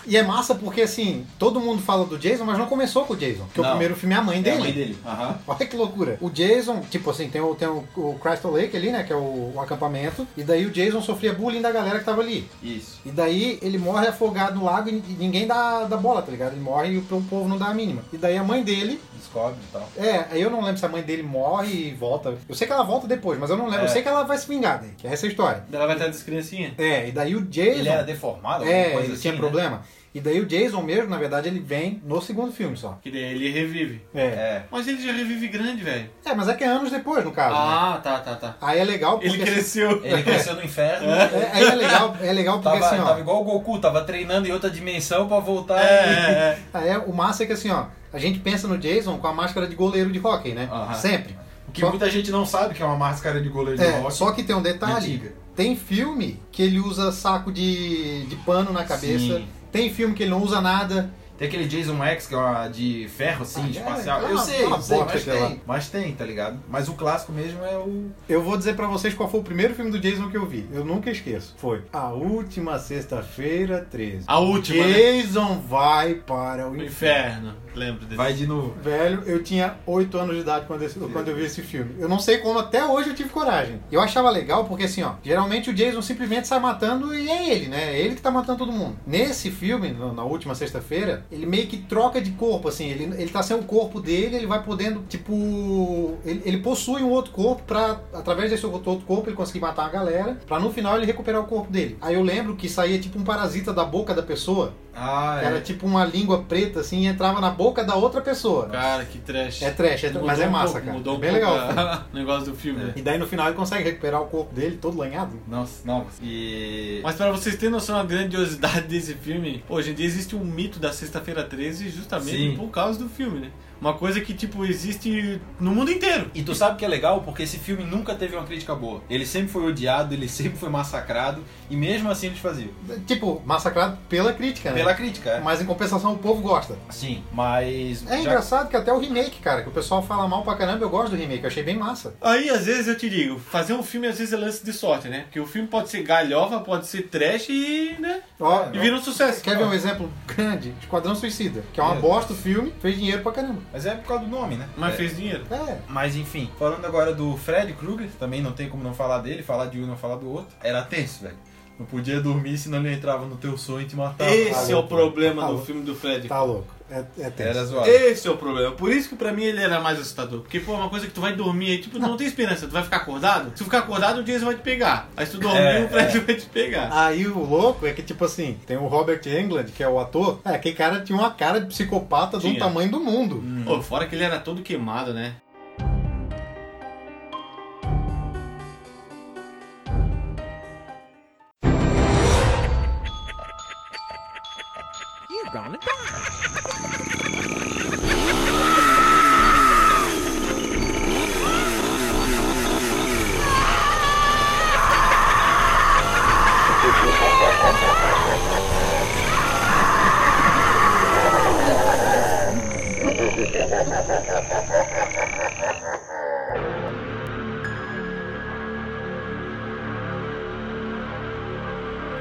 Speaker 1: E é massa porque, assim, todo mundo fala do Jason, mas não começou com o Jason. Porque o
Speaker 3: Não.
Speaker 1: primeiro filme é a mãe
Speaker 3: É
Speaker 1: dele.
Speaker 3: a mãe dele. Aham.
Speaker 1: Olha que loucura. O Jason, tipo assim, tem o, tem o, o Crystal Lake ali, né? Que é o, o acampamento. E daí o Jason sofria bullying da galera que tava ali.
Speaker 3: Isso.
Speaker 1: E daí ele morre afogado no lago e e ninguém dá, dá bola, tá ligado? Ele morre e o, o povo não dá a mínima. E daí a mãe dele.
Speaker 3: Descobre e tal.
Speaker 1: É, aí eu não lembro se a mãe dele morre e volta. Eu sei que ela volta depois, mas eu não
Speaker 3: É.
Speaker 1: lembro. Eu sei que ela vai se vingar daí. Que é essa a história.
Speaker 4: Ela vai estar das criancinhas.
Speaker 1: É, e daí o Jason.
Speaker 3: Ele era deformado, alguma
Speaker 1: É,
Speaker 3: coisa
Speaker 1: ele
Speaker 3: assim,
Speaker 1: tinha
Speaker 3: né?
Speaker 1: problema. E daí o Jason mesmo, na verdade, ele vem no segundo filme só.
Speaker 4: Que daí ele revive.
Speaker 1: É.
Speaker 3: É.
Speaker 4: Mas ele já revive grande, velho.
Speaker 1: É, mas é que é anos depois, no caso. né?
Speaker 4: Ah, tá, tá, tá.
Speaker 1: Aí é legal porque.
Speaker 4: Ele cresceu.
Speaker 3: Ele cresceu no inferno.
Speaker 1: assim, é, aí é legal, é legal porque
Speaker 3: Tava,
Speaker 1: assim, ó.
Speaker 3: tava igual o Goku, tava treinando em outra dimensão pra voltar e...
Speaker 4: É, é.
Speaker 1: Aí é- o massa é que assim, ó, a gente pensa no Jason com a máscara de goleiro de hockey, né?
Speaker 3: Aham.
Speaker 1: Sempre.
Speaker 3: O que
Speaker 1: Só-
Speaker 3: muita gente não sabe que é tá uma máscara de goleiro de
Speaker 1: É,
Speaker 3: rock.
Speaker 1: só que tem um detalhe.
Speaker 3: Antiga.
Speaker 1: Tem filme que ele usa saco de, de pano na cabeça.
Speaker 3: Sim.
Speaker 1: Tem filme que ele não usa nada.
Speaker 3: Tem aquele Jason X, que é uma de ferro, assim,
Speaker 1: Ah, é?
Speaker 3: espacial.
Speaker 1: É
Speaker 3: eu
Speaker 1: uma-
Speaker 3: sei,
Speaker 1: uma
Speaker 3: eu sei,
Speaker 1: bosta
Speaker 3: mas
Speaker 1: aquela.
Speaker 3: tem. Mas tem, tá ligado? Mas o clássico mesmo é o...
Speaker 1: Eu vou dizer pra vocês qual foi o primeiro filme do Jason que eu vi. Eu nunca esqueço. Foi A Última Sexta-feira 13.
Speaker 4: A última, né?
Speaker 1: Jason vai para o
Speaker 4: O
Speaker 1: inferno.
Speaker 4: Inferno. Lembro desse.
Speaker 3: Vai de novo.
Speaker 1: Velho, eu tinha 8 anos de idade quando, esse- quando eu vi esse filme. Eu não sei como até hoje eu tive coragem. Eu achava legal porque assim, ó, geralmente o Jason simplesmente sai matando e é ele, né? É ele que tá matando todo mundo. Nesse filme, no- na última sexta-feira, ele meio que troca de corpo, assim, ele, ele tá sem o corpo dele, ele vai podendo, tipo. Ele, ele possui um outro corpo pra, através desse outro corpo, ele conseguir matar a galera, pra no final ele recuperar o corpo dele. Aí eu lembro que saía tipo um parasita da boca da pessoa,
Speaker 3: Ah,
Speaker 1: era tipo uma língua preta, assim, e entrava na boca da outra pessoa.
Speaker 4: Cara, que trash.
Speaker 1: É trash, é-
Speaker 4: Mudou
Speaker 1: mas é
Speaker 4: um
Speaker 1: massa,
Speaker 4: pouco,
Speaker 1: cara.
Speaker 4: Mudou
Speaker 1: é
Speaker 4: um
Speaker 1: bem
Speaker 4: pouco
Speaker 1: legal. É. cara.
Speaker 4: a- o negócio do filme. né?
Speaker 1: E daí no final ele consegue recuperar o corpo dele todo lanhado.
Speaker 3: Nossa, não. E...
Speaker 4: Mas pra vocês terem noção da grandiosidade desse filme, hoje em dia existe um mito da sexta-feira 13 justamente
Speaker 3: Sim.
Speaker 4: por causa do filme, né? Uma coisa que, tipo, existe no mundo inteiro.
Speaker 3: E tu sabe que é legal porque esse filme nunca teve uma crítica boa. Ele sempre foi odiado, ele sempre foi massacrado e mesmo assim eles faziam.
Speaker 1: Tipo, massacrado pela crítica, né?
Speaker 3: Pela crítica, é.
Speaker 1: Mas em compensação o povo gosta.
Speaker 3: Sim, mas.
Speaker 1: É engraçado que até o remake, cara, que o pessoal fala mal pra caramba, eu gosto do remake, eu achei bem massa.
Speaker 4: Aí, às vezes, eu te digo, fazer um filme às vezes é lance de sorte, né? Porque o filme pode ser galhofa, pode ser trash e, né?
Speaker 1: Ó,
Speaker 4: E vira um sucesso.
Speaker 1: quer ver um exemplo grande? Esquadrão Suicida, que é uma
Speaker 3: É.
Speaker 1: bosta o filme, fez dinheiro pra caramba.
Speaker 3: Mas é por causa do nome, né?
Speaker 4: Mas
Speaker 3: É.
Speaker 4: fez dinheiro.
Speaker 1: É.
Speaker 3: Mas enfim, falando agora do Fred Krueger, também não tem como não falar dele, falar de um não falar do outro. Era tenso, velho. Não podia dormir, senão ele entrava no teu sonho e te matava.
Speaker 4: Esse é
Speaker 1: louco.
Speaker 4: o problema
Speaker 1: Tá
Speaker 4: do
Speaker 1: louco.
Speaker 4: filme do Fred.
Speaker 1: Tá louco. É, é tenso.
Speaker 3: Era zoado.
Speaker 4: Esse é o problema. Por isso que pra mim ele era mais assustador. Porque, pô, é uma coisa que tu vai dormir aí, tipo, tu não tem esperança. Tu vai ficar acordado? Se tu ficar acordado, o Jason vai te pegar. Aí se tu dormir,
Speaker 3: É,
Speaker 4: o Fred vai te pegar.
Speaker 1: Aí o louco é que, tipo assim, tem o Robert Englund, que é o ator. É, aquele cara tinha uma cara de psicopata do
Speaker 4: Tinha.
Speaker 1: tamanho do mundo.
Speaker 4: Pô, fora que ele era todo queimado, né?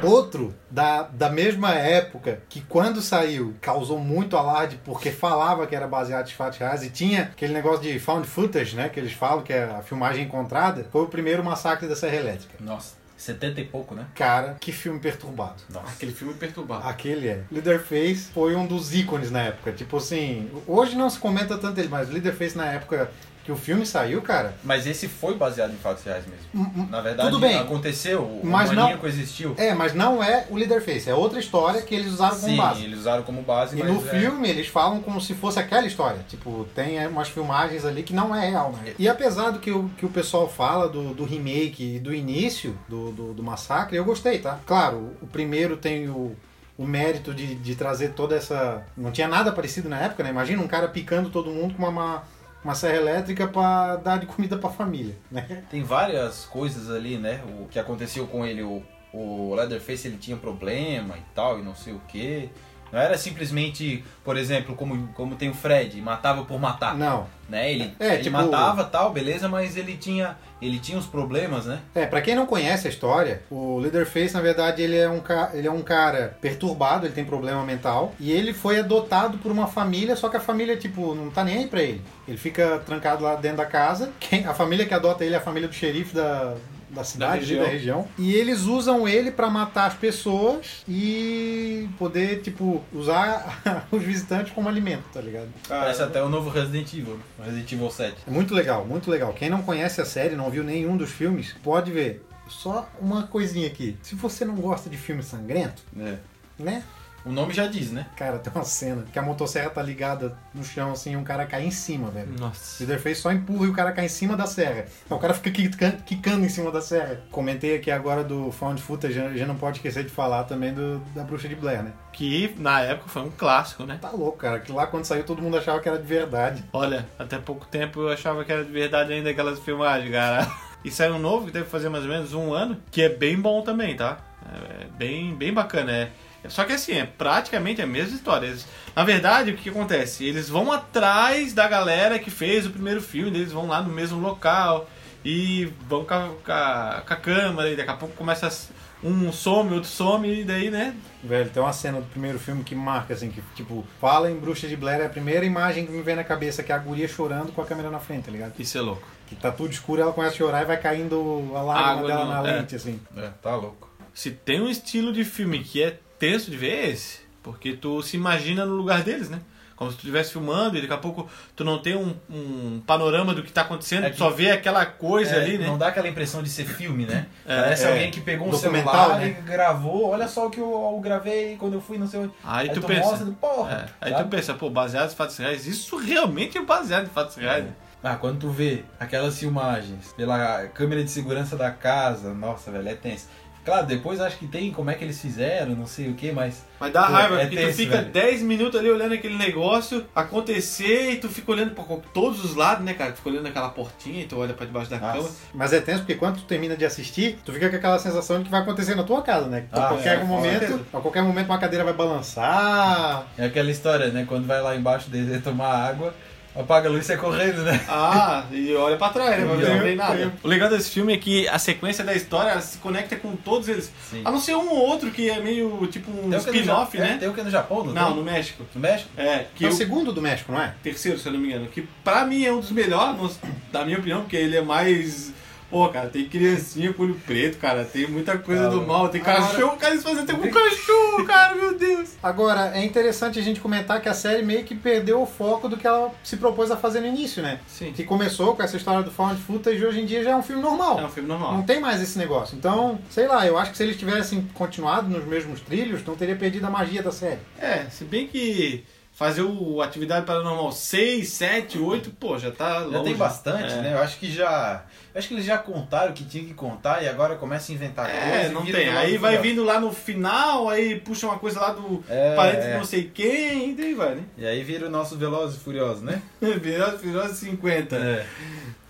Speaker 1: Outro da, da mesma época que quando saiu causou muito alarde porque falava que era baseado em fatos reais e tinha aquele negócio de found footage, né, que eles falam que é a filmagem encontrada, foi o primeiro massacre da Serra Elétrica.
Speaker 3: Nossa, 70 e pouco, né?
Speaker 1: Cara, que filme perturbado.
Speaker 4: Aquele filme perturbado.
Speaker 1: Aquele é. Leatherface foi um dos ícones na época. Tipo assim, hoje não se comenta tanto ele, mas Leatherface na época que o filme saiu, cara.
Speaker 3: Mas esse foi baseado em fatos reais mesmo.
Speaker 1: Hum, hum,
Speaker 3: Na verdade,
Speaker 1: Tudo bem.
Speaker 3: aconteceu, o
Speaker 1: Mas não-
Speaker 3: maníaco existiu.
Speaker 1: É, mas não é o Leatherface, é outra história que eles usaram como
Speaker 3: Sim,
Speaker 1: base.
Speaker 3: eles usaram como base,
Speaker 1: E
Speaker 3: mas
Speaker 1: no
Speaker 3: é-
Speaker 1: filme eles falam como se fosse aquela história. Tipo, tem é, umas filmagens ali que não é real, né? E apesar do que o, que o pessoal fala do, do remake e do início do, do, do massacre, eu gostei, tá? Claro, o primeiro tem o. O mérito de, de trazer toda essa. Não tinha nada parecido na época, né? Imagina um cara picando todo mundo com uma, uma, uma serra elétrica pra dar de comida pra família, né?
Speaker 3: Tem várias coisas ali, né? O que aconteceu com ele, o, o Leatherface ele tinha problema e tal, e não sei o quê. Não era simplesmente, por exemplo, como, como tem o Fred, matava por matar,
Speaker 1: Não.
Speaker 3: né? Ele,
Speaker 1: É,
Speaker 3: ele
Speaker 1: tipo-
Speaker 3: matava tal, beleza, mas ele tinha ele tinha os problemas, né?
Speaker 1: É, pra quem não conhece a história, o Leatherface, na verdade, ele é, um ca... ele é um cara perturbado, ele tem problema mental, e ele foi adotado por uma família, só que a família, tipo, não tá nem aí pra ele. Ele fica trancado lá dentro da casa, Quem- a família que adota ele é a família do xerife da... Da cidade, ali,
Speaker 2: região.
Speaker 1: da região. E eles usam ele pra matar as pessoas e poder, tipo, usar os visitantes como alimento, tá ligado?
Speaker 3: Parece até o novo Resident Evil, né? o Resident Evil 7.
Speaker 1: É muito legal, muito legal. Quem não conhece a série, não viu nenhum dos filmes, pode ver. Só uma coisinha aqui. Se você não gosta de filme sangrento,
Speaker 3: É.
Speaker 1: né?
Speaker 3: O nome já diz, né?
Speaker 1: Cara, tem uma cena que a motosserra tá ligada no chão assim e um cara cai em cima,
Speaker 4: Hum.
Speaker 1: velho. O
Speaker 2: Nossa.
Speaker 1: Leatherface só empurra e o cara cai em cima da serra. Aí o cara fica quica- quicando em cima da serra. Comentei aqui agora do Found Footage, já já não pode esquecer de falar também do, da Bruxa de Blair, né?
Speaker 4: Que na época foi um clássico, né?
Speaker 1: Tá louco, cara. Que lá quando saiu todo mundo achava que era de verdade.
Speaker 4: Olha, até pouco tempo eu achava que era de verdade ainda aquelas filmagens, cara. E saiu um novo que deve fazer mais ou menos um ano, que é bem bom também, tá? É é bem, bem bacana, é. Só que assim, é praticamente a mesma história. Eles- na verdade, o que que acontece? Eles vão atrás da galera que fez o primeiro filme, eles vão lá no mesmo local e vão com a, com a- com a câmera, e daqui a pouco começa a s- um some, outro some, e daí, né?
Speaker 1: Velho, tem uma cena do primeiro filme que marca, assim, que, tipo, fala em Bruxa de Blair, é a primeira imagem que me vem na cabeça, que é a guria chorando com a câmera na frente, tá ligado?
Speaker 4: Isso é louco.
Speaker 1: Que tá tudo escuro, ela começa a chorar e vai caindo a lágrima
Speaker 4: Água
Speaker 1: dela
Speaker 4: no-
Speaker 1: na
Speaker 4: é.
Speaker 1: lente, assim.
Speaker 3: É, tá louco.
Speaker 4: Se tem um estilo de filme que é tenso de ver, é esse. Porque tu se imagina no lugar deles, né? Como se tu estivesse filmando e daqui a pouco tu não tem um, um panorama do que tá acontecendo,
Speaker 3: É
Speaker 4: tu
Speaker 3: que-
Speaker 4: só vê aquela coisa
Speaker 3: É,
Speaker 4: ali, né?
Speaker 3: Não dá aquela impressão de ser filme, né?
Speaker 4: É,
Speaker 3: Parece
Speaker 1: é.
Speaker 3: alguém que pegou um
Speaker 1: Documental,
Speaker 3: celular
Speaker 1: né?
Speaker 3: e gravou. Olha só o que eu, eu gravei quando eu fui, não sei onde.
Speaker 4: Aí tu
Speaker 3: mostra,
Speaker 4: pensa. é,
Speaker 3: porra.
Speaker 4: aí
Speaker 3: sabe?
Speaker 4: tu pensa, pô, baseado em fatos reais, isso realmente é baseado em fatos reais. né?
Speaker 3: Ah, quando tu vê aquelas filmagens pela câmera de segurança da casa, nossa, velho, é tenso. Claro, depois acho que tem como é que eles fizeram, não sei o que, mas.
Speaker 4: Mas dá
Speaker 3: Pô,
Speaker 4: raiva,
Speaker 3: é
Speaker 4: porque
Speaker 3: tenso,
Speaker 4: tu fica
Speaker 3: velho.
Speaker 4: 10 minutos ali olhando aquele negócio acontecer e tu fica olhando pra todos os lados, né, cara? Tu fica olhando aquela portinha e tu olha pra debaixo da
Speaker 3: Nossa.
Speaker 4: cama.
Speaker 1: Mas é tenso porque quando tu termina de assistir, tu fica com aquela sensação de que vai acontecer na tua casa, né? Que
Speaker 3: Ah,
Speaker 1: a
Speaker 3: é,
Speaker 1: qualquer
Speaker 3: com
Speaker 1: momento,
Speaker 4: certeza.
Speaker 1: a qualquer momento uma cadeira vai balançar.
Speaker 3: É aquela história, né? Quando vai lá embaixo dele tomar água, apaga a luz e sai correndo, né?
Speaker 4: Ah, e olha pra trás, né? Pra ver se não tem nada.
Speaker 1: Eu-
Speaker 4: O legal desse filme é que a sequência da história ela se conecta com todos eles.
Speaker 3: Sim.
Speaker 4: A não ser um ou outro que é meio tipo um
Speaker 3: Tem o que é no
Speaker 4: spin-off,
Speaker 3: Ja- é,
Speaker 4: né?
Speaker 3: tem o que é no Japão, não?
Speaker 4: Não,
Speaker 3: tem?
Speaker 4: no México.
Speaker 3: no México?
Speaker 4: É, que
Speaker 1: é
Speaker 4: o
Speaker 1: o segundo do México, não é?
Speaker 4: terceiro, se eu não me engano. Que pra mim é um dos melhores, não- da minha opinião, porque ele é mais. Pô, cara, tem criancinha com olho preto, cara. Tem muita coisa
Speaker 3: Ah,
Speaker 4: do mal. Tem
Speaker 1: agora-
Speaker 4: cachorro, cara, eles fazem até com cachorro, cara, meu Deus.
Speaker 1: Agora, é interessante a gente comentar que a série meio que perdeu o foco do que ela se propôs a fazer no início, né?
Speaker 4: Sim.
Speaker 1: Que começou com essa história do found footage e hoje em dia já é um filme normal.
Speaker 4: É um filme
Speaker 1: Não
Speaker 4: normal.
Speaker 1: tem mais esse negócio. Então, sei lá, eu acho que se eles tivessem continuado nos mesmos trilhos, não teria perdido a magia da série.
Speaker 4: É, se bem que fazer o Atividade Paranormal 6, 7, 8, pô, já tá longe.
Speaker 3: Já tem bastante,
Speaker 4: É.
Speaker 3: né? Eu acho que já. Eu acho que eles já contaram o que tinha que contar e agora começa a inventar
Speaker 4: É,
Speaker 3: coisa e
Speaker 4: não
Speaker 3: vira
Speaker 4: tem.
Speaker 3: do lado
Speaker 4: Aí
Speaker 3: do
Speaker 4: vai
Speaker 3: Miguel.
Speaker 4: vindo lá no final, aí puxa uma coisa lá do
Speaker 3: É,
Speaker 4: parente de
Speaker 3: é.
Speaker 4: não sei quem, e daí vai, né?
Speaker 3: E aí vira o nosso Veloz e Furioso, né?
Speaker 4: Virou, virou 50.
Speaker 3: É.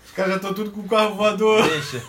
Speaker 4: Os caras já estão tudo com o carro voador.
Speaker 3: Deixa.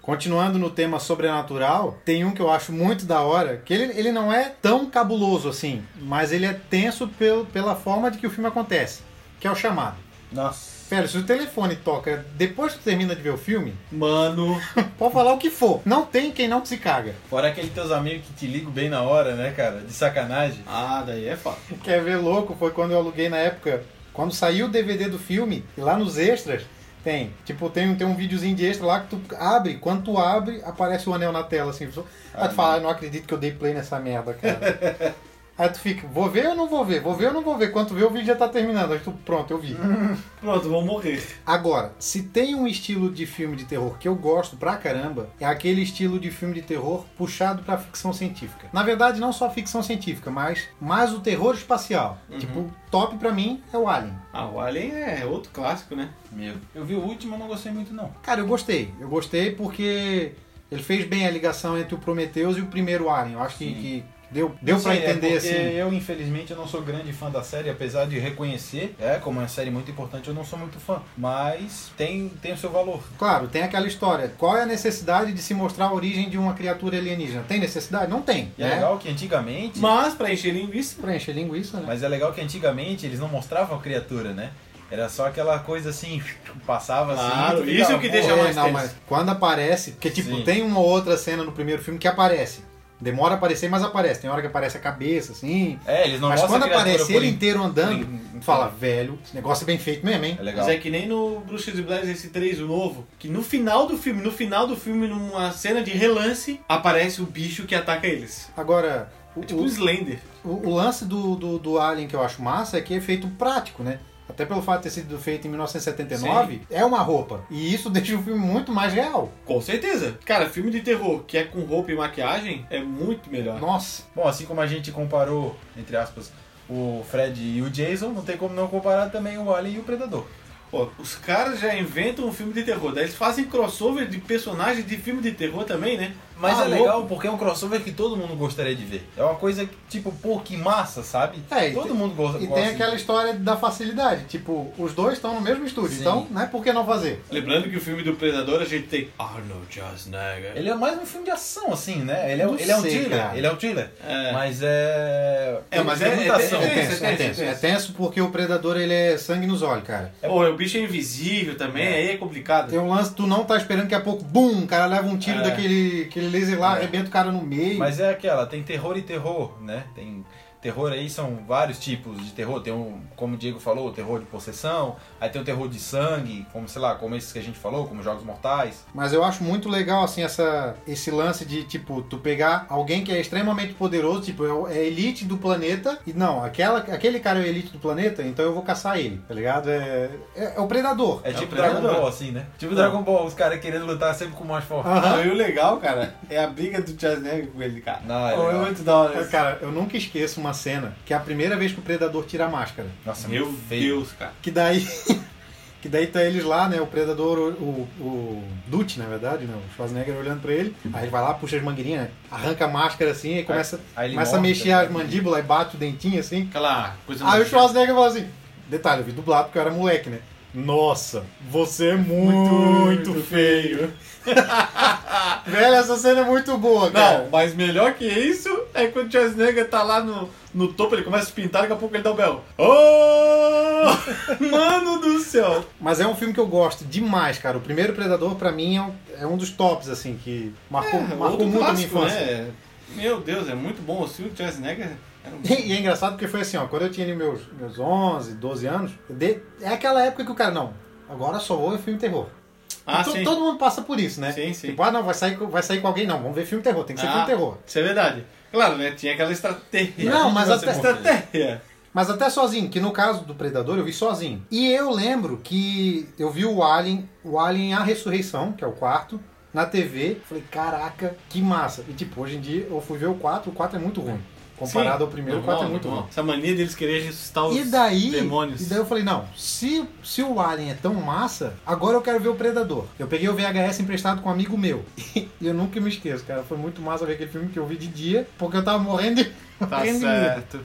Speaker 1: Continuando no tema sobrenatural, tem um que eu acho muito da hora, que ele, ele não é tão cabuloso assim, mas ele é tenso pel, pela forma de que o filme acontece, que é o chamado.
Speaker 3: Nossa.
Speaker 1: Velho, se o telefone toca depois que tu termina de ver o filme,
Speaker 4: Mano,
Speaker 1: pode falar o que for. Não tem quem não se caga.
Speaker 3: Fora aqueles teus amigos que te ligam bem na hora, né, cara? De sacanagem.
Speaker 4: ah, daí é foda.
Speaker 1: Quer ver louco? Foi quando eu aluguei na época, quando saiu o DVD do filme, e lá nos extras tem, tipo, tem, um- tem um videozinho de extra lá que tu abre, quando tu abre, aparece o anel na tela, assim. Aí tu fala, "Ah, não acredito que eu dei play nessa merda, cara. Aí tu fica, vou ver ou não vou ver? Vou ver ou não vou ver? Quando vê, o vídeo já tá terminando. Aí tu, pronto, eu vi.
Speaker 4: Pronto, vou morrer.
Speaker 1: Agora, se tem um estilo de filme de terror que eu gosto pra caramba, é aquele estilo de filme de terror puxado pra ficção científica. Na verdade, não só ficção científica, mas mais o terror espacial.
Speaker 3: Uhum.
Speaker 1: Tipo, top pra mim é o Alien.
Speaker 4: Ah, o Alien é outro clássico, né?
Speaker 3: Meu. Eu vi o último, eu não gostei muito, não.
Speaker 1: Cara, eu gostei. Eu gostei porque ele fez bem a ligação entre o Prometheus e o primeiro Alien. Eu acho que,
Speaker 3: Sim.
Speaker 1: que deu, deu
Speaker 3: Não
Speaker 1: pra
Speaker 3: sei, é
Speaker 1: entender
Speaker 3: porque
Speaker 1: assim.
Speaker 3: Eu, infelizmente, eu não sou grande fã da série, apesar de reconhecer, é, como é uma série muito importante, eu não sou muito fã. Mas tem, tem o seu valor.
Speaker 1: Claro, tem aquela história. Qual é a necessidade de se mostrar a origem de uma criatura alienígena? Tem necessidade? Não tem.
Speaker 3: E é,
Speaker 1: né?
Speaker 3: legal que antigamente.
Speaker 4: Mas, pra encher linguiça,
Speaker 1: Pra encher linguiça, né?
Speaker 3: Mas é legal que antigamente eles não mostravam a criatura, né? Era só aquela coisa assim, passava
Speaker 4: Claro,
Speaker 3: assim. tu
Speaker 4: isso
Speaker 3: ficava,
Speaker 4: que
Speaker 3: "Pô,
Speaker 4: deixa
Speaker 1: É,
Speaker 4: mais
Speaker 1: não,
Speaker 4: tenso.
Speaker 1: mas quando aparece, porque tipo,
Speaker 3: Sim.
Speaker 1: tem uma outra cena no primeiro filme que aparece. Demora a aparecer, mas aparece. Tem hora que aparece a cabeça, assim.
Speaker 3: É, eles não
Speaker 1: mas
Speaker 3: mostram
Speaker 1: quando
Speaker 3: a criatura então.
Speaker 1: aparece
Speaker 3: por
Speaker 1: ele
Speaker 3: in-
Speaker 1: inteiro andando,
Speaker 3: por in-
Speaker 1: fala, velho, esse negócio é bem feito mesmo, hein?
Speaker 3: É legal.
Speaker 4: Mas é que nem no Bruxa de Blair esse 3, o novo, que no final do filme, no final do filme, numa cena de relance, aparece o bicho que ataca eles.
Speaker 1: Agora, o,
Speaker 4: É tipo um Slender.
Speaker 1: o- o lance do, do, do Alien que eu acho massa é que é feito prático, né? Até pelo fato de ter sido feito em 1979, é uma roupa. E isso deixa o filme muito mais real.
Speaker 4: Com certeza. Cara, filme de terror que é com roupa e maquiagem é muito melhor.
Speaker 1: Nossa.
Speaker 3: Bom, assim como a gente comparou, entre aspas, o Fred e o Jason, não tem como não comparar também o Alien e o Predador.
Speaker 4: Pô, os caras já inventam um filme de terror, daí eles fazem crossover de personagens de filme de terror também, né?
Speaker 3: Mas
Speaker 4: Ah,
Speaker 3: é legal porque é um crossover que todo mundo gostaria de ver. É uma coisa que, tipo, pô, que massa, sabe?
Speaker 1: É, e
Speaker 3: todo
Speaker 1: tem-
Speaker 3: mundo gosta.
Speaker 1: E
Speaker 3: gosta
Speaker 1: tem aquela história da facilidade. Tipo, os dois estão no mesmo estúdio,
Speaker 3: Sim.
Speaker 1: então, né? Por que não fazer?
Speaker 4: Lembrando que o filme do Predador a gente tem Arnold Schwarzenegger.
Speaker 3: Ele é mais um filme de ação, assim, né? Ele é,
Speaker 1: Não
Speaker 3: ele é um
Speaker 1: sei,
Speaker 3: thriller.
Speaker 1: cara.
Speaker 3: Ele é um thriller.
Speaker 4: É.
Speaker 3: Mas é.
Speaker 4: É, mas
Speaker 3: tem
Speaker 4: é-
Speaker 3: muita
Speaker 4: é-
Speaker 3: ação.
Speaker 1: É
Speaker 4: é-
Speaker 1: tenso, é tenso. É tenso porque o predador ele é sangue nos olhos, cara.
Speaker 4: Pô, o bicho é invisível também, aí é complicado.
Speaker 1: Tem um lance, tu não tá esperando que a pouco, bum, o cara leva um tiro
Speaker 3: É.
Speaker 1: daquele aquele laser lá,
Speaker 3: É.
Speaker 1: arrebenta o cara no meio.
Speaker 3: Mas é aquela, tem terror e terror, né? Tem terror aí, são vários tipos de terror. Tem um, como o Diego falou, o terror de possessão, aí tem o terror de sangue, como sei lá, como esses que a gente falou, como Jogos Mortais.
Speaker 1: Mas eu acho muito legal, assim, essa, esse lance de, tipo, tu pegar alguém que é extremamente poderoso, tipo, é o- é elite do planeta, e não, aquela, aquele cara é o elite do planeta, então eu vou caçar ele, tá ligado? É, é, é o predador.
Speaker 3: É,
Speaker 4: o
Speaker 3: tipo
Speaker 4: Predador.
Speaker 3: Dragon Ball, assim, né? Tipo Dragon Ball, os caras querendo lutar sempre com o mais forte.
Speaker 1: Aham.
Speaker 4: Aí o legal, cara, é a briga do Schwarzenegger com ele, cara.
Speaker 3: Não, é
Speaker 4: Pô,
Speaker 3: legal.
Speaker 4: muito da hora.
Speaker 1: Mas,
Speaker 4: isso.
Speaker 1: Cara, eu nunca esqueço uma cena que é a primeira vez que o predador tira a máscara.
Speaker 3: Nossa,
Speaker 4: Meu
Speaker 3: muito
Speaker 4: Deus, cara.
Speaker 1: Que daí. Que daí tá eles lá, né? O predador, o, o, o Dutch, na verdade, né? O Schwarzenegger olhando pra ele. Aí ele vai lá, puxa as mangueirinhas, né, arranca a máscara assim, e começa,
Speaker 3: aí ele
Speaker 1: começa a
Speaker 3: morde,
Speaker 1: mexer
Speaker 3: tá
Speaker 1: as
Speaker 3: ligado?
Speaker 1: mandíbulas e bate o dentinho assim.
Speaker 4: Aquela coisa
Speaker 1: Aí o
Speaker 4: mais-
Speaker 1: Schwarzenegger fala assim: detalhe, eu vi dublado porque eu era moleque, né? Nossa, você é muito,
Speaker 4: feio.
Speaker 1: Velho, essa cena é muito boa, cara.
Speaker 4: Não, mas melhor que isso é quando o Schwarzenegger tá lá no, no topo, ele começa a pintar, daqui a pouco ele dá o belo. Oh! Mano do céu!
Speaker 1: Mas é um filme que eu gosto demais, cara. O primeiro Predador, pra mim, é um, é um dos tops, assim, que marcou, marcou
Speaker 4: É, Outro
Speaker 1: muito a minha
Speaker 4: clássico,
Speaker 1: infância.
Speaker 4: né? Meu Deus, é muito bom. O filme do Schwarzenegger era um...
Speaker 1: E é engraçado porque foi assim, ó, quando eu tinha ali meus, meus 11, 12 anos, eu dei- é aquela época que o cara, não, agora só vou ver filme terror.
Speaker 4: Ah,
Speaker 1: E to-
Speaker 4: sim.
Speaker 1: Todo mundo passa por isso, né?
Speaker 4: Sim, sim.
Speaker 1: Tipo, ah, não, vai sair, com- vai sair com alguém, não, vamos ver filme terror, tem que ser
Speaker 4: Ah,
Speaker 1: filme terror.
Speaker 4: Isso é verdade. Claro, né? Tinha aquela estratégia.
Speaker 1: Não, mas
Speaker 4: Tinha
Speaker 1: até-
Speaker 4: estratégia.
Speaker 1: Mas até sozinho, que no caso do Predador eu vi sozinho. E eu lembro que eu vi o Alien, o Alien A Ressurreição, que é o quarto, na TV. Falei, caraca, que massa. E tipo, hoje em dia eu fui ver o 4, o 4 é muito ruim. Comparado ao primeiro, o 4 é muito ruim.
Speaker 4: Essa mania deles querer ressuscitar os
Speaker 1: E daí,
Speaker 4: demônios.
Speaker 1: e daí eu falei, não, se, se o Alien é tão massa, agora eu quero ver o Predador. Eu peguei o VHS emprestado com um amigo meu. E eu nunca me esqueço, cara. Foi muito massa ver aquele filme que eu vi de dia, porque eu tava morrendo de,
Speaker 4: Tá
Speaker 1: morrendo de medo.
Speaker 4: certo.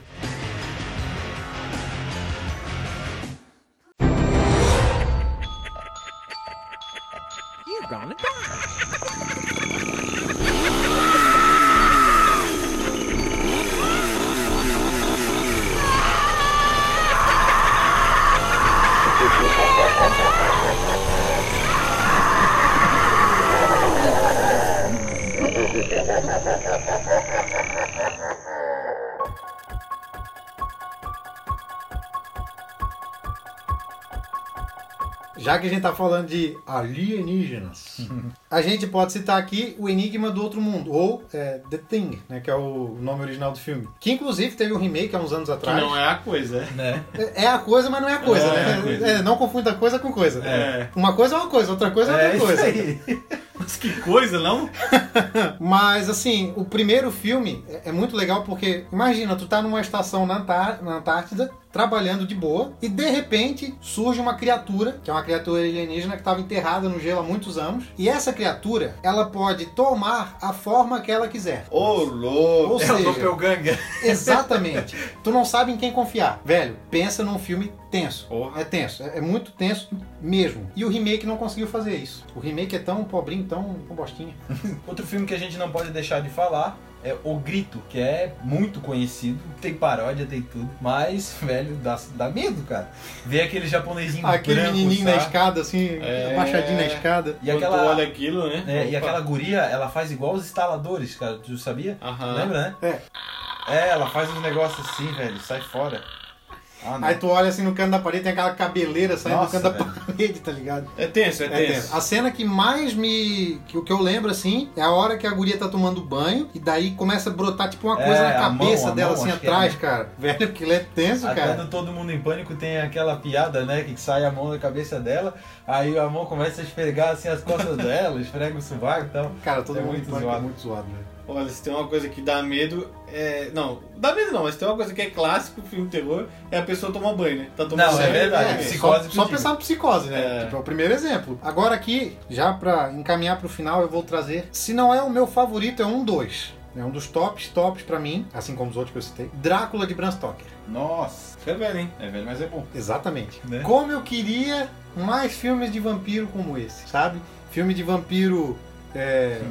Speaker 1: já que a gente tá falando de alienígenas, a gente pode citar aqui o Enigma do Outro Mundo, ou é, The Thing, né, que é o nome original do filme. Que inclusive teve um remake há uns anos
Speaker 4: Que
Speaker 1: atrás.
Speaker 4: não é a coisa, é.
Speaker 3: Né?
Speaker 1: É a coisa, mas não é a coisa,
Speaker 4: É,
Speaker 1: né?
Speaker 4: é a coisa.
Speaker 1: É, não confunda coisa com coisa.
Speaker 4: É.
Speaker 1: Uma coisa é uma coisa, outra coisa é outra
Speaker 3: isso
Speaker 1: coisa.
Speaker 3: aí.
Speaker 4: Mas que coisa, não?
Speaker 1: Mas assim, o primeiro filme é- é muito legal porque imagina, tu tá numa estação na, Antar- na Antártida, trabalhando de boa, e de repente surge uma criatura, que é uma criatura alienígena que estava enterrada no gelo há muitos anos, e essa criatura, ela pode tomar a forma que ela quiser.
Speaker 4: Ô, louco.
Speaker 1: Ou
Speaker 3: É o
Speaker 1: seja,
Speaker 3: Doppelganger.
Speaker 1: exatamente. Tu não sabe em quem confiar. Velho, pensa num filme tenso.
Speaker 4: Porra.
Speaker 1: É tenso, é é muito tenso mesmo. E o remake não conseguiu fazer isso. O remake é tão pobrinho, tão tão bostinha.
Speaker 3: Outro filme que a gente não pode deixar de falar é O Grito, que é muito conhecido, tem paródia, tem tudo, mas, velho, dá, dá medo, cara. Ver aquele japonesinho
Speaker 1: Aquele
Speaker 3: branco,
Speaker 1: menininho na
Speaker 3: sabe?
Speaker 1: escada, assim,
Speaker 4: É.
Speaker 1: abaixadinho na escada.
Speaker 3: E
Speaker 4: Quando
Speaker 3: aquela,
Speaker 4: tu olha aquilo, né?
Speaker 3: né, e
Speaker 4: Opa.
Speaker 3: aquela guria, ela faz igual os instaladores, cara, tu sabia?
Speaker 4: Aham.
Speaker 3: Lembra, né? É, ela faz uns negócios assim, velho, sai fora. Ah, não.
Speaker 1: Aí tu olha assim no canto da parede, tem aquela cabeleira saindo
Speaker 3: Nossa,
Speaker 1: do canto
Speaker 3: velho.
Speaker 1: da parede, tá ligado?
Speaker 4: É tenso, é
Speaker 1: É
Speaker 4: tenso.
Speaker 1: tenso. A cena que mais me. que o que eu lembro assim é a hora que a guria tá tomando banho e daí começa a brotar tipo uma
Speaker 3: É,
Speaker 1: coisa na
Speaker 3: a mão,
Speaker 1: cabeça
Speaker 3: a
Speaker 1: dela
Speaker 3: mão,
Speaker 1: assim
Speaker 3: acho que é,
Speaker 1: atrás,
Speaker 3: né?
Speaker 1: cara. Velho, aquilo é tenso,
Speaker 3: Aí
Speaker 1: cara.
Speaker 3: Quando todo mundo em pânico tem aquela piada, né? Que sai a mão da cabeça dela, aí a mão começa a esfregar assim as costas dela, esfrega o sovaco e tal.
Speaker 1: Cara, todo
Speaker 3: É
Speaker 1: mundo em
Speaker 3: muito
Speaker 1: pânico,
Speaker 3: zoado.
Speaker 1: é muito zoado, velho.
Speaker 4: Olha, se tem uma coisa que dá medo, é. Não, dá medo não, mas tem uma coisa que é clássico, filme de terror, é a pessoa tomar banho, né? Tá tomando
Speaker 3: Não, é
Speaker 4: banho.
Speaker 3: verdade,
Speaker 4: né?
Speaker 3: psico-
Speaker 1: só,
Speaker 3: Psicose
Speaker 1: só
Speaker 3: fudido.
Speaker 1: pensar no psicose, né?
Speaker 4: É.
Speaker 1: Tipo, é o primeiro exemplo. Agora aqui, já pra encaminhar pro final, eu vou trazer. Se não é o meu favorito, é um dois. É um dos tops, tops pra mim, assim como os outros que eu citei. Drácula de Bram Stoker.
Speaker 3: Nossa,
Speaker 4: Isso é velho, hein?
Speaker 3: é velho, mas é bom.
Speaker 1: Exatamente.
Speaker 3: Né?
Speaker 1: Como eu queria mais filmes de vampiro como esse, sabe? Filme de vampiro. É...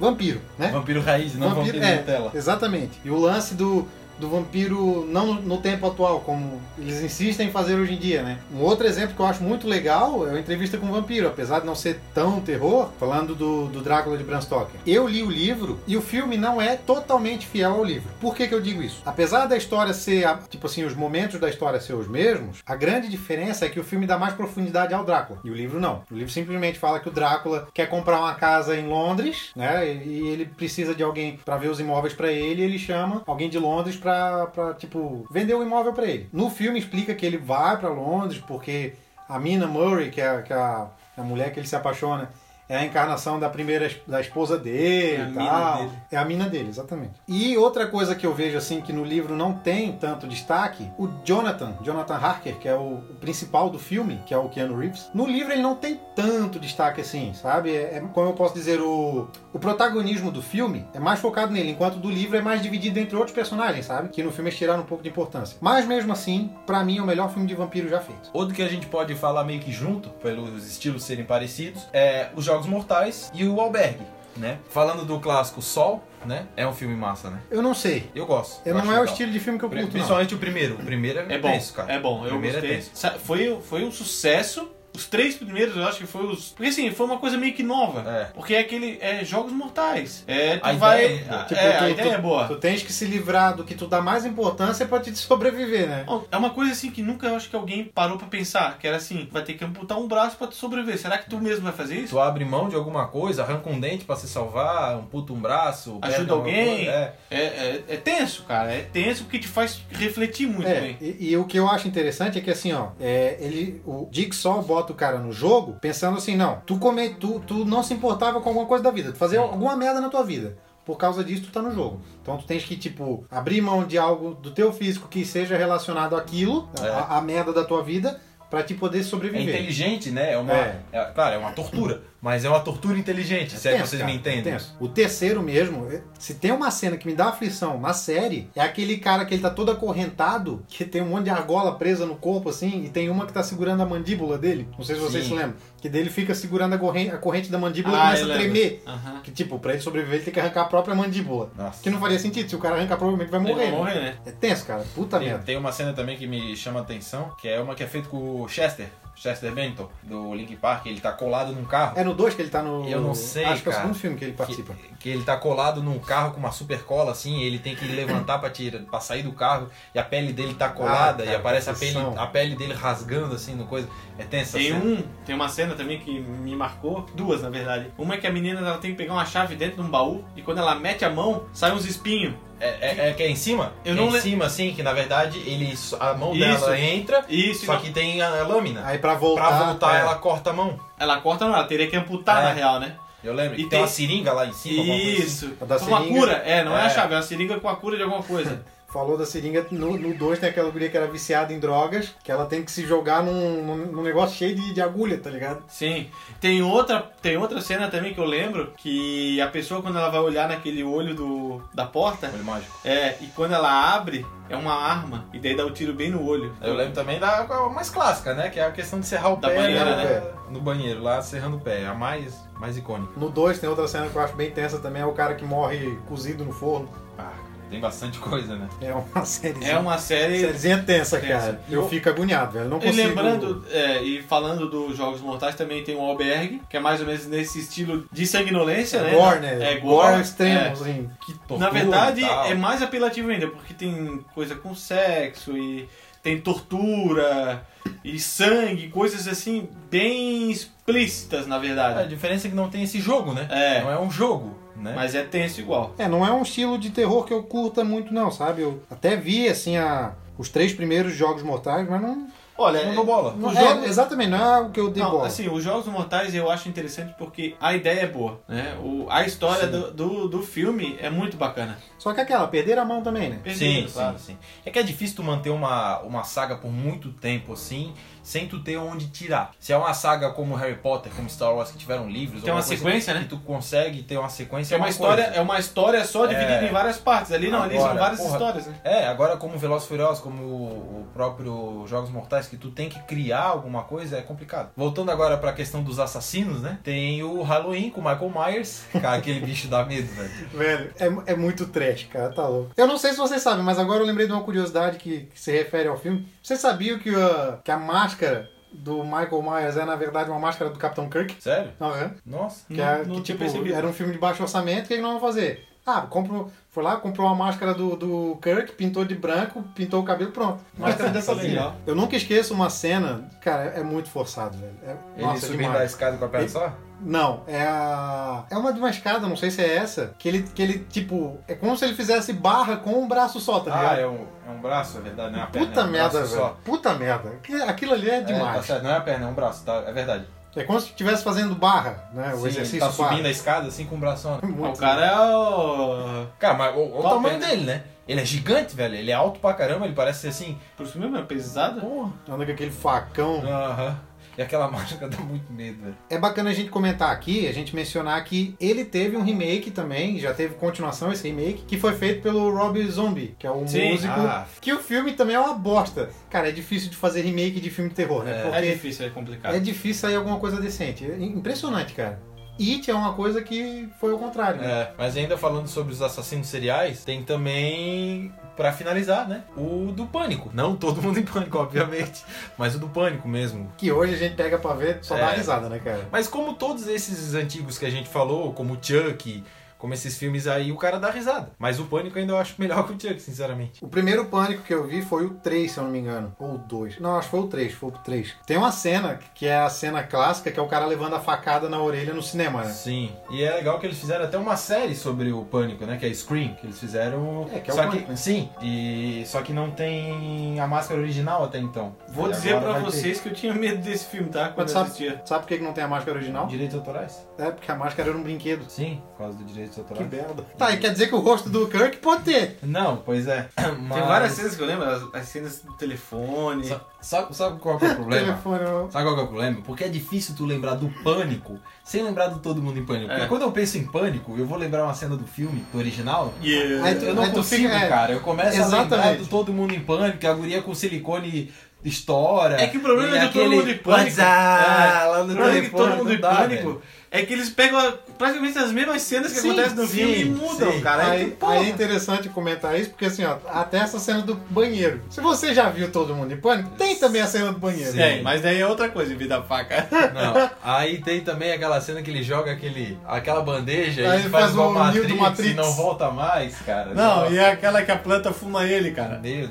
Speaker 1: Vampiro, né?
Speaker 3: Vampiro raiz, não vampiro,
Speaker 1: é,
Speaker 3: Nutella.
Speaker 1: Exatamente. E o lance do, do vampiro não no tempo atual, como eles insistem em fazer hoje em dia, né? Um outro exemplo que eu acho muito legal é a entrevista com o vampiro, apesar de não ser tão terror, falando do, do Drácula de Bram Stoker. Eu li o livro e o filme não é totalmente fiel ao livro. Por que, que eu digo isso? Apesar da história ser, a- tipo assim, os momentos da história ser os mesmos, a grande diferença é que o filme dá mais profundidade ao Drácula. E o livro não. O livro simplesmente fala que o Drácula quer comprar uma casa em Londres, né? E e ele precisa de alguém pra ver os imóveis pra ele, e ele chama alguém de Londres pra, pra tipo, vender o imóvel pra ele. No filme explica que ele vai pra Londres porque a Mina Murray, que é, a- que é a, a mulher que ele se apaixona, é a encarnação da primeira es- da esposa dele
Speaker 3: É a
Speaker 1: e
Speaker 3: mina
Speaker 1: tal.
Speaker 3: dele.
Speaker 1: É a mina dele, exatamente. E outra coisa que eu vejo assim que no livro não tem tanto destaque, o Jonathan, Jonathan Harker, que é o, o principal do filme, que é o Keanu Reeves, no livro ele não tem tanto destaque assim, sabe? É, é- como eu posso dizer, o, o protagonismo do filme é mais focado nele, enquanto do livro é mais dividido entre outros personagens, sabe? Que no filme eles tiraram um pouco de importância. Mas mesmo assim, pra mim é o melhor filme de vampiro já feito.
Speaker 3: Outro que a gente pode falar meio que junto, pelos estilos serem parecidos, é os Jogos Mortais e o Albergue, né? Falando do clássico Sol, né? É um filme massa, né?
Speaker 1: Eu não sei.
Speaker 3: Eu gosto.
Speaker 1: Eu
Speaker 3: acho
Speaker 1: não é o
Speaker 3: legal.
Speaker 1: estilo de filme que eu curto, não.
Speaker 3: Principalmente o primeiro. O primeiro é,
Speaker 4: É bom,
Speaker 3: tenso, cara.
Speaker 4: é bom, eu
Speaker 3: Primeiro é
Speaker 4: gostei.
Speaker 3: tenso.
Speaker 4: Sa- foi, foi um sucesso. Os três primeiros eu acho que foi os. Porque assim, foi uma coisa meio que nova.
Speaker 3: É.
Speaker 4: Porque é aquele. É Jogos Mortais. É, tu
Speaker 3: A
Speaker 4: vai.
Speaker 3: ideia é boa.
Speaker 4: é,
Speaker 1: Tipo,
Speaker 4: a
Speaker 1: tu-
Speaker 4: ideia é boa.
Speaker 1: Tu tens que se livrar do que tu dá mais importância pra te sobreviver, né?
Speaker 4: É uma coisa assim que nunca eu acho que alguém parou pra pensar, que era assim, vai ter que amputar um braço pra tu sobreviver. Será que tu mesmo vai fazer isso?
Speaker 3: Tu abre mão de alguma coisa, arranca um dente pra se salvar, amputa um braço,
Speaker 4: Ajuda
Speaker 3: perde alguma
Speaker 4: alguém.
Speaker 3: coisa, é.
Speaker 4: É, é- é tenso, cara. É tenso porque te faz refletir muito
Speaker 1: É,
Speaker 4: bem.
Speaker 1: e, e o que eu acho interessante é que assim, ó, é, ele, o Jigsaw bota o cara no jogo pensando assim, não, tu come, tu, tu não se importava com alguma coisa da vida, tu fazia alguma merda na tua vida. Por causa disso, tu tá no jogo. Então tu tens que, tipo, abrir mão de algo do teu físico que seja relacionado àquilo,
Speaker 3: É.
Speaker 1: à, à merda da tua vida, pra te poder
Speaker 3: É
Speaker 1: sobreviver.
Speaker 3: inteligente, né? É uma,
Speaker 1: É.
Speaker 3: é, claro, é uma tortura, mas é uma tortura inteligente, se é que
Speaker 1: Tenso,
Speaker 3: vocês
Speaker 1: cara,
Speaker 3: me entendem.
Speaker 1: tenso. O terceiro mesmo, é- se tem uma cena que me dá aflição na série, é aquele cara que ele tá todo acorrentado, que tem um monte de argola presa no corpo, assim, e tem uma que tá segurando a mandíbula dele. Não sei se vocês
Speaker 3: Sim.
Speaker 1: se lembram. Que dele fica segurando a corrente, a corrente da mandíbula
Speaker 4: Ah,
Speaker 1: e
Speaker 4: eu
Speaker 1: Tipo, começa a
Speaker 4: lembro.
Speaker 1: tremer.
Speaker 4: Aham.
Speaker 1: Que, tipo, pra ele sobreviver, ele tem que arrancar a própria mandíbula.
Speaker 3: Nossa.
Speaker 1: Que não faria sentido, se o cara arrancar, provavelmente vai morrer.
Speaker 4: Ele vai
Speaker 1: né?
Speaker 4: morrer, né?
Speaker 1: É tenso, cara. Puta
Speaker 3: Tem,
Speaker 1: merda.
Speaker 3: tem uma cena também que me chama a atenção, que é uma que é feita com o Chester, Chester Bennington, do Link Park, ele tá colado num carro.
Speaker 1: É no 2 que ele tá no.
Speaker 3: Eu não sei,
Speaker 1: Acho que é o
Speaker 3: cara.
Speaker 1: segundo filme que ele participa.
Speaker 3: Que, que ele tá colado num carro com uma super cola, assim, ele tem que levantar pra, tirar, pra sair do carro e a pele dele tá colada
Speaker 1: Ah,
Speaker 3: e
Speaker 1: cara,
Speaker 3: aparece a
Speaker 1: que
Speaker 3: pele,
Speaker 1: sessão.
Speaker 3: a pele dele rasgando, assim, no coisa. É tensa
Speaker 4: Tem
Speaker 3: essa cena.
Speaker 4: um, tem uma cena também que me marcou, duas na verdade. Uma é que a menina ela tem que pegar uma chave dentro de um baú e quando ela mete a mão, sai uns espinhos.
Speaker 3: É, é- é que é em cima?
Speaker 4: Eu
Speaker 3: É
Speaker 4: não
Speaker 3: em
Speaker 4: le-
Speaker 3: cima, assim, que na verdade ele, a mão
Speaker 4: Isso.
Speaker 3: dela entra,
Speaker 4: Isso,
Speaker 3: só que tem a lâmina.
Speaker 1: Aí pra voltar.
Speaker 3: pra voltar,
Speaker 1: é.
Speaker 3: ela corta a mão.
Speaker 4: ela corta não, ela teria que amputar
Speaker 3: É.
Speaker 4: na real, né?
Speaker 3: Eu lembro.
Speaker 4: E
Speaker 3: E tem uma
Speaker 4: tem-
Speaker 3: seringa lá em cima. alguma coisa assim.
Speaker 4: Isso.
Speaker 1: A da
Speaker 4: uma
Speaker 1: seringa.
Speaker 4: cura, é, não é. a
Speaker 3: É.
Speaker 4: chave, é uma seringa com a cura de alguma coisa.
Speaker 1: Falou da seringa no 2, tem aquela guria que era viciada em drogas, que ela tem que se jogar num, num- num negócio cheio de, de agulha, tá ligado?
Speaker 4: Sim. Tem outra, tem outra cena também que eu lembro que a pessoa quando ela vai olhar naquele olho do, da porta,
Speaker 3: Olho mágico.
Speaker 4: é, e quando ela abre, é uma arma e daí dá o tiro bem no olho.
Speaker 3: Eu lembro também da a mais clássica, né? Que é a questão de serrar o
Speaker 4: Da
Speaker 3: pé.
Speaker 4: banheira,
Speaker 1: né?
Speaker 3: No banheiro, lá serrando o pé. É a mais, mais icônica.
Speaker 1: No 2 tem outra cena que eu acho bem tensa também, é o cara que morre cozido no forno.
Speaker 3: Ah, tem bastante coisa, né?
Speaker 1: É uma série.
Speaker 4: É uma série
Speaker 1: Sériezinha tensa,
Speaker 4: Tensa.
Speaker 1: cara. Eu fico agoniado, velho. Não
Speaker 4: E
Speaker 1: consigo.
Speaker 4: lembrando, é, e falando dos Jogos Mortais, também tem o Alberg, que é mais ou menos nesse estilo de sanguinolência,
Speaker 1: É
Speaker 4: né?
Speaker 1: gore, né?
Speaker 4: É gore.
Speaker 1: extremo,
Speaker 4: é.
Speaker 1: assim.
Speaker 3: Que
Speaker 4: Na verdade, é
Speaker 3: mais.
Speaker 4: mais apelativo ainda, porque tem coisa com sexo e tem tortura e sangue, coisas assim bem explícitas, na
Speaker 3: A
Speaker 4: verdade.
Speaker 3: diferença é que não tem esse jogo, né?
Speaker 4: É.
Speaker 3: Não é um jogo, né?
Speaker 4: Mas é tenso igual.
Speaker 1: É, não é um estilo de terror que eu curta muito, não, sabe? Eu até vi, assim, a- os três primeiros Jogos Mortais, mas não.
Speaker 4: Olha,
Speaker 3: Não dou bola.
Speaker 1: não
Speaker 4: Os
Speaker 1: é,
Speaker 4: jogos-
Speaker 1: Exatamente, não é o que eu dei
Speaker 4: Não,
Speaker 1: bola.
Speaker 4: assim, os Jogos Mortais eu acho interessante porque a ideia é boa, né? O, a história do, do, do filme é muito bacana.
Speaker 1: Só que aquela, perderam a mão também, né?
Speaker 4: Perdido,
Speaker 3: sim,
Speaker 4: claro.
Speaker 3: sim, sim. É que é difícil tu manter uma, uma saga por muito tempo assim, sem tu ter onde tirar. Se é uma saga como Harry Potter, como Star Wars, que tiveram livros,
Speaker 4: Tem uma
Speaker 3: alguma coisa
Speaker 4: sequência, né?
Speaker 3: que tu consegue ter uma sequência.
Speaker 4: É uma, história, é uma história só dividida
Speaker 3: É.
Speaker 4: em várias partes. Ali não, ali são
Speaker 3: Agora,
Speaker 4: várias
Speaker 3: porra.
Speaker 4: histórias, né?
Speaker 3: É, agora como Veloz Furioso, como o próprio Jogos Mortais, que tu tem que criar alguma coisa, é complicado. Voltando agora pra questão dos assassinos, né? Tem o Halloween com o Michael Myers. Cara, aquele bicho dá medo, velho.
Speaker 1: Velho, é, é muito trash, cara, tá louco. Eu não sei se vocês sabem, mas agora eu lembrei de uma curiosidade que, que se refere ao filme. Você sabia que a, que a máscara do Michael Myers é, na verdade, uma máscara do Capitão Kirk?
Speaker 3: Sério?
Speaker 1: Aham.
Speaker 3: Nossa.
Speaker 1: Que, é-
Speaker 4: Não
Speaker 1: que,
Speaker 4: tinha
Speaker 1: tipo,
Speaker 4: percebido.
Speaker 1: era um filme de baixo orçamento, o que, que nós vamos fazer? Ah, compro, foi lá, comprou uma máscara do, do Kirk, pintou de branco, pintou o cabelo, pronto. Máscara de assassino.
Speaker 4: Legal.
Speaker 1: Eu nunca esqueço uma cena, cara, é muito forçado, velho. É,
Speaker 3: Ele
Speaker 1: nossa, é
Speaker 3: subindo
Speaker 1: demais.
Speaker 3: a escada com a perna
Speaker 1: Ele-
Speaker 3: só?
Speaker 1: Não, é a. É uma de uma escada, não sei se é essa, que ele, que ele, tipo, é como se ele fizesse barra com um braço só, tá
Speaker 3: Ah,
Speaker 1: ligado?
Speaker 3: é um, é um braço, é verdade, não é uma perna.
Speaker 1: Puta
Speaker 3: é um
Speaker 1: merda, velho.
Speaker 3: braço só.
Speaker 1: Puta merda. Aquilo- Aquilo ali é
Speaker 3: É, tá
Speaker 1: demais. É,
Speaker 3: certo, não é a perna, é um braço, tá? É verdade.
Speaker 1: como se estivesse fazendo barra, né? O
Speaker 3: Sim,
Speaker 1: exercício
Speaker 3: ele tá
Speaker 1: barra.
Speaker 3: subindo a escada assim com o braço. só.
Speaker 1: Muito
Speaker 4: o cara é o.
Speaker 3: Cara, mas o, o
Speaker 4: Qual
Speaker 3: tamanho
Speaker 4: perna?
Speaker 3: dele, né? Ele é gigante, velho. Ele é alto pra caramba, ele parece ser assim.
Speaker 4: Por isso mesmo, é pesado.
Speaker 3: Porra.
Speaker 1: Anda com aquele facão.
Speaker 3: Aham. E aquela máscara dá muito medo, velho.
Speaker 1: É bacana a gente comentar aqui, a gente mencionar que ele teve um remake também, já teve continuação esse remake, que foi feito pelo Rob Zombie, que é o
Speaker 4: Sim.
Speaker 1: músico.
Speaker 3: Ah.
Speaker 1: Que o filme também é uma bosta. Cara, é difícil de fazer remake de filme de terror, né?
Speaker 3: É.
Speaker 1: Porque
Speaker 4: É difícil, é complicado.
Speaker 1: é difícil sair alguma coisa decente. É impressionante, cara. It é uma coisa que foi ao contrário, né?
Speaker 3: É, mas ainda falando sobre os assassinos seriais, tem também, pra finalizar, né? O do pânico. Não todo mundo em pânico, obviamente, mas o do pânico mesmo.
Speaker 1: Que hoje a gente pega pra ver, só dá
Speaker 3: É.
Speaker 1: risada, né, cara?
Speaker 3: Mas como todos esses antigos que a gente falou, como o Chuck, como esses filmes aí, o cara dá risada. Mas o Pânico ainda eu acho melhor que o Chuck, sinceramente.
Speaker 1: O primeiro pânico que eu vi foi o 3, se eu não me engano. Ou o 2. Não, acho que foi o 3, foi o 3. Tem uma cena que é a cena clássica, que é o cara levando a facada na orelha no cinema, né?
Speaker 3: Sim. E é legal que eles fizeram até uma série sobre o Pânico, né? Que é Scream, que eles fizeram.
Speaker 1: É, que é o
Speaker 3: só
Speaker 1: Pânico, né?
Speaker 3: Sim. E só que não tem a máscara original até então.
Speaker 4: Vou
Speaker 3: Aí
Speaker 4: dizer
Speaker 3: agora
Speaker 4: pra
Speaker 3: vai ter.
Speaker 4: vocês que eu tinha medo desse filme, tá? Quando
Speaker 1: Mas
Speaker 4: eu
Speaker 1: sabe,
Speaker 4: assistia.
Speaker 1: sabe por que que não tem a máscara original?
Speaker 3: Direitos autorais?
Speaker 1: É porque a máscara era um brinquedo.
Speaker 3: Sim, por causa dos direitos
Speaker 1: Que
Speaker 3: autorais.
Speaker 1: merda. Tá, e quer dizer que o rosto do Kirk pode ter.
Speaker 3: Não, pois é. Mas...
Speaker 4: Tem várias cenas que eu lembro, as, as cenas do telefone.
Speaker 3: Sa- Sabe, sabe qual que é o problema?
Speaker 1: Telefone. ó.
Speaker 3: Sabe qual que é o problema? Porque é difícil tu lembrar do pânico sem lembrar do todo mundo em pânico.
Speaker 4: É.
Speaker 3: Porque quando eu penso em pânico, eu vou lembrar uma cena do filme, do original.
Speaker 4: Yeah.
Speaker 1: Aí tu-
Speaker 3: Eu não
Speaker 1: tu
Speaker 3: consigo,
Speaker 1: fica- é,
Speaker 3: cara. Eu começo a lembrar
Speaker 1: exatamente.
Speaker 3: do todo mundo em pânico, a guria com silicone estoura.
Speaker 4: É que o problema
Speaker 3: e
Speaker 4: de todo
Speaker 3: aquele
Speaker 4: mundo em pânico.
Speaker 3: WhatsApp,
Speaker 4: é,
Speaker 3: lá no
Speaker 4: o problema de
Speaker 3: telefone,
Speaker 4: todo mundo
Speaker 3: não
Speaker 4: em
Speaker 3: dá,
Speaker 4: pânico
Speaker 3: velho.
Speaker 4: é que eles pegam a- praticamente as mesmas cenas que
Speaker 1: Sim,
Speaker 4: acontecem no
Speaker 1: sim,
Speaker 4: filme e mudam,
Speaker 3: sim.
Speaker 4: cara. tipo, Aí,
Speaker 1: Aí,
Speaker 4: tu, porra.
Speaker 1: aí é interessante comentar isso, porque assim, ó, até essa cena do banheiro. Se você já viu todo mundo em pânico, tem também a cena do banheiro.
Speaker 3: Sim.
Speaker 4: É, mas daí é outra coisa em vida faca.
Speaker 3: Não. Aí tem também aquela cena que ele joga aquele, aquela bandeja
Speaker 1: Aí
Speaker 3: e
Speaker 1: faz
Speaker 3: faz
Speaker 1: o
Speaker 3: igual
Speaker 1: Neo
Speaker 3: Matrix,
Speaker 1: do
Speaker 3: e
Speaker 1: Matrix.
Speaker 3: não volta mais, cara.
Speaker 4: Não,
Speaker 3: Nossa,
Speaker 4: e é aquela que a planta fuma ele, cara.
Speaker 3: Meu Deus.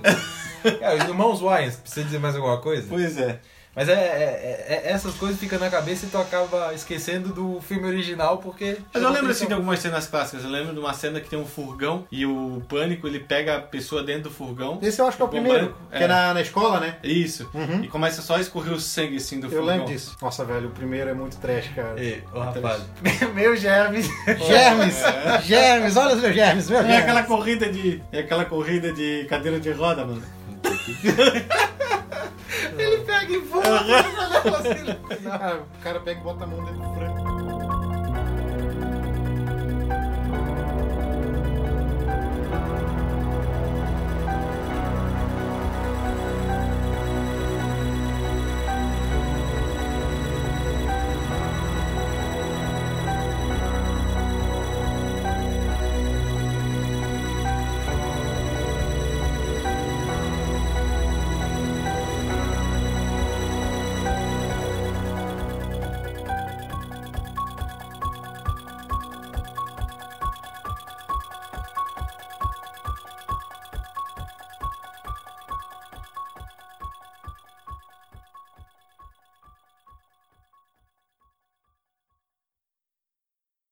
Speaker 3: Cara, os irmãos Wayans, precisa dizer mais alguma coisa?
Speaker 4: Pois é.
Speaker 3: Mas é, é- é- é- essas coisas ficam na cabeça e tu acaba esquecendo do filme original porque.
Speaker 4: Mas eu lembro assim de
Speaker 3: de
Speaker 4: algumas cenas clássicas. Eu lembro de uma cena que tem um furgão e o pânico ele pega a pessoa dentro do furgão.
Speaker 1: Esse eu acho que é o
Speaker 4: O
Speaker 1: primeiro,
Speaker 4: banheiro,
Speaker 1: que é
Speaker 4: é.
Speaker 1: na, na escola, né?
Speaker 4: Isso.
Speaker 1: Uhum.
Speaker 4: E começa só a escorrer o sangue assim do
Speaker 1: Eu
Speaker 4: furgão.
Speaker 1: lembro disso. Nossa, velho, o primeiro é muito trash, cara.
Speaker 3: Ei, ô, rapaz.
Speaker 1: Meu germes. Germes. Germes. Olha os meus germes. Meu
Speaker 4: É
Speaker 1: germes.
Speaker 4: aquela corrida de. É aquela corrida de cadeira de roda, mano.
Speaker 1: Ah, Ele pega e voa. o cara pega e bota a mão dentro do frango.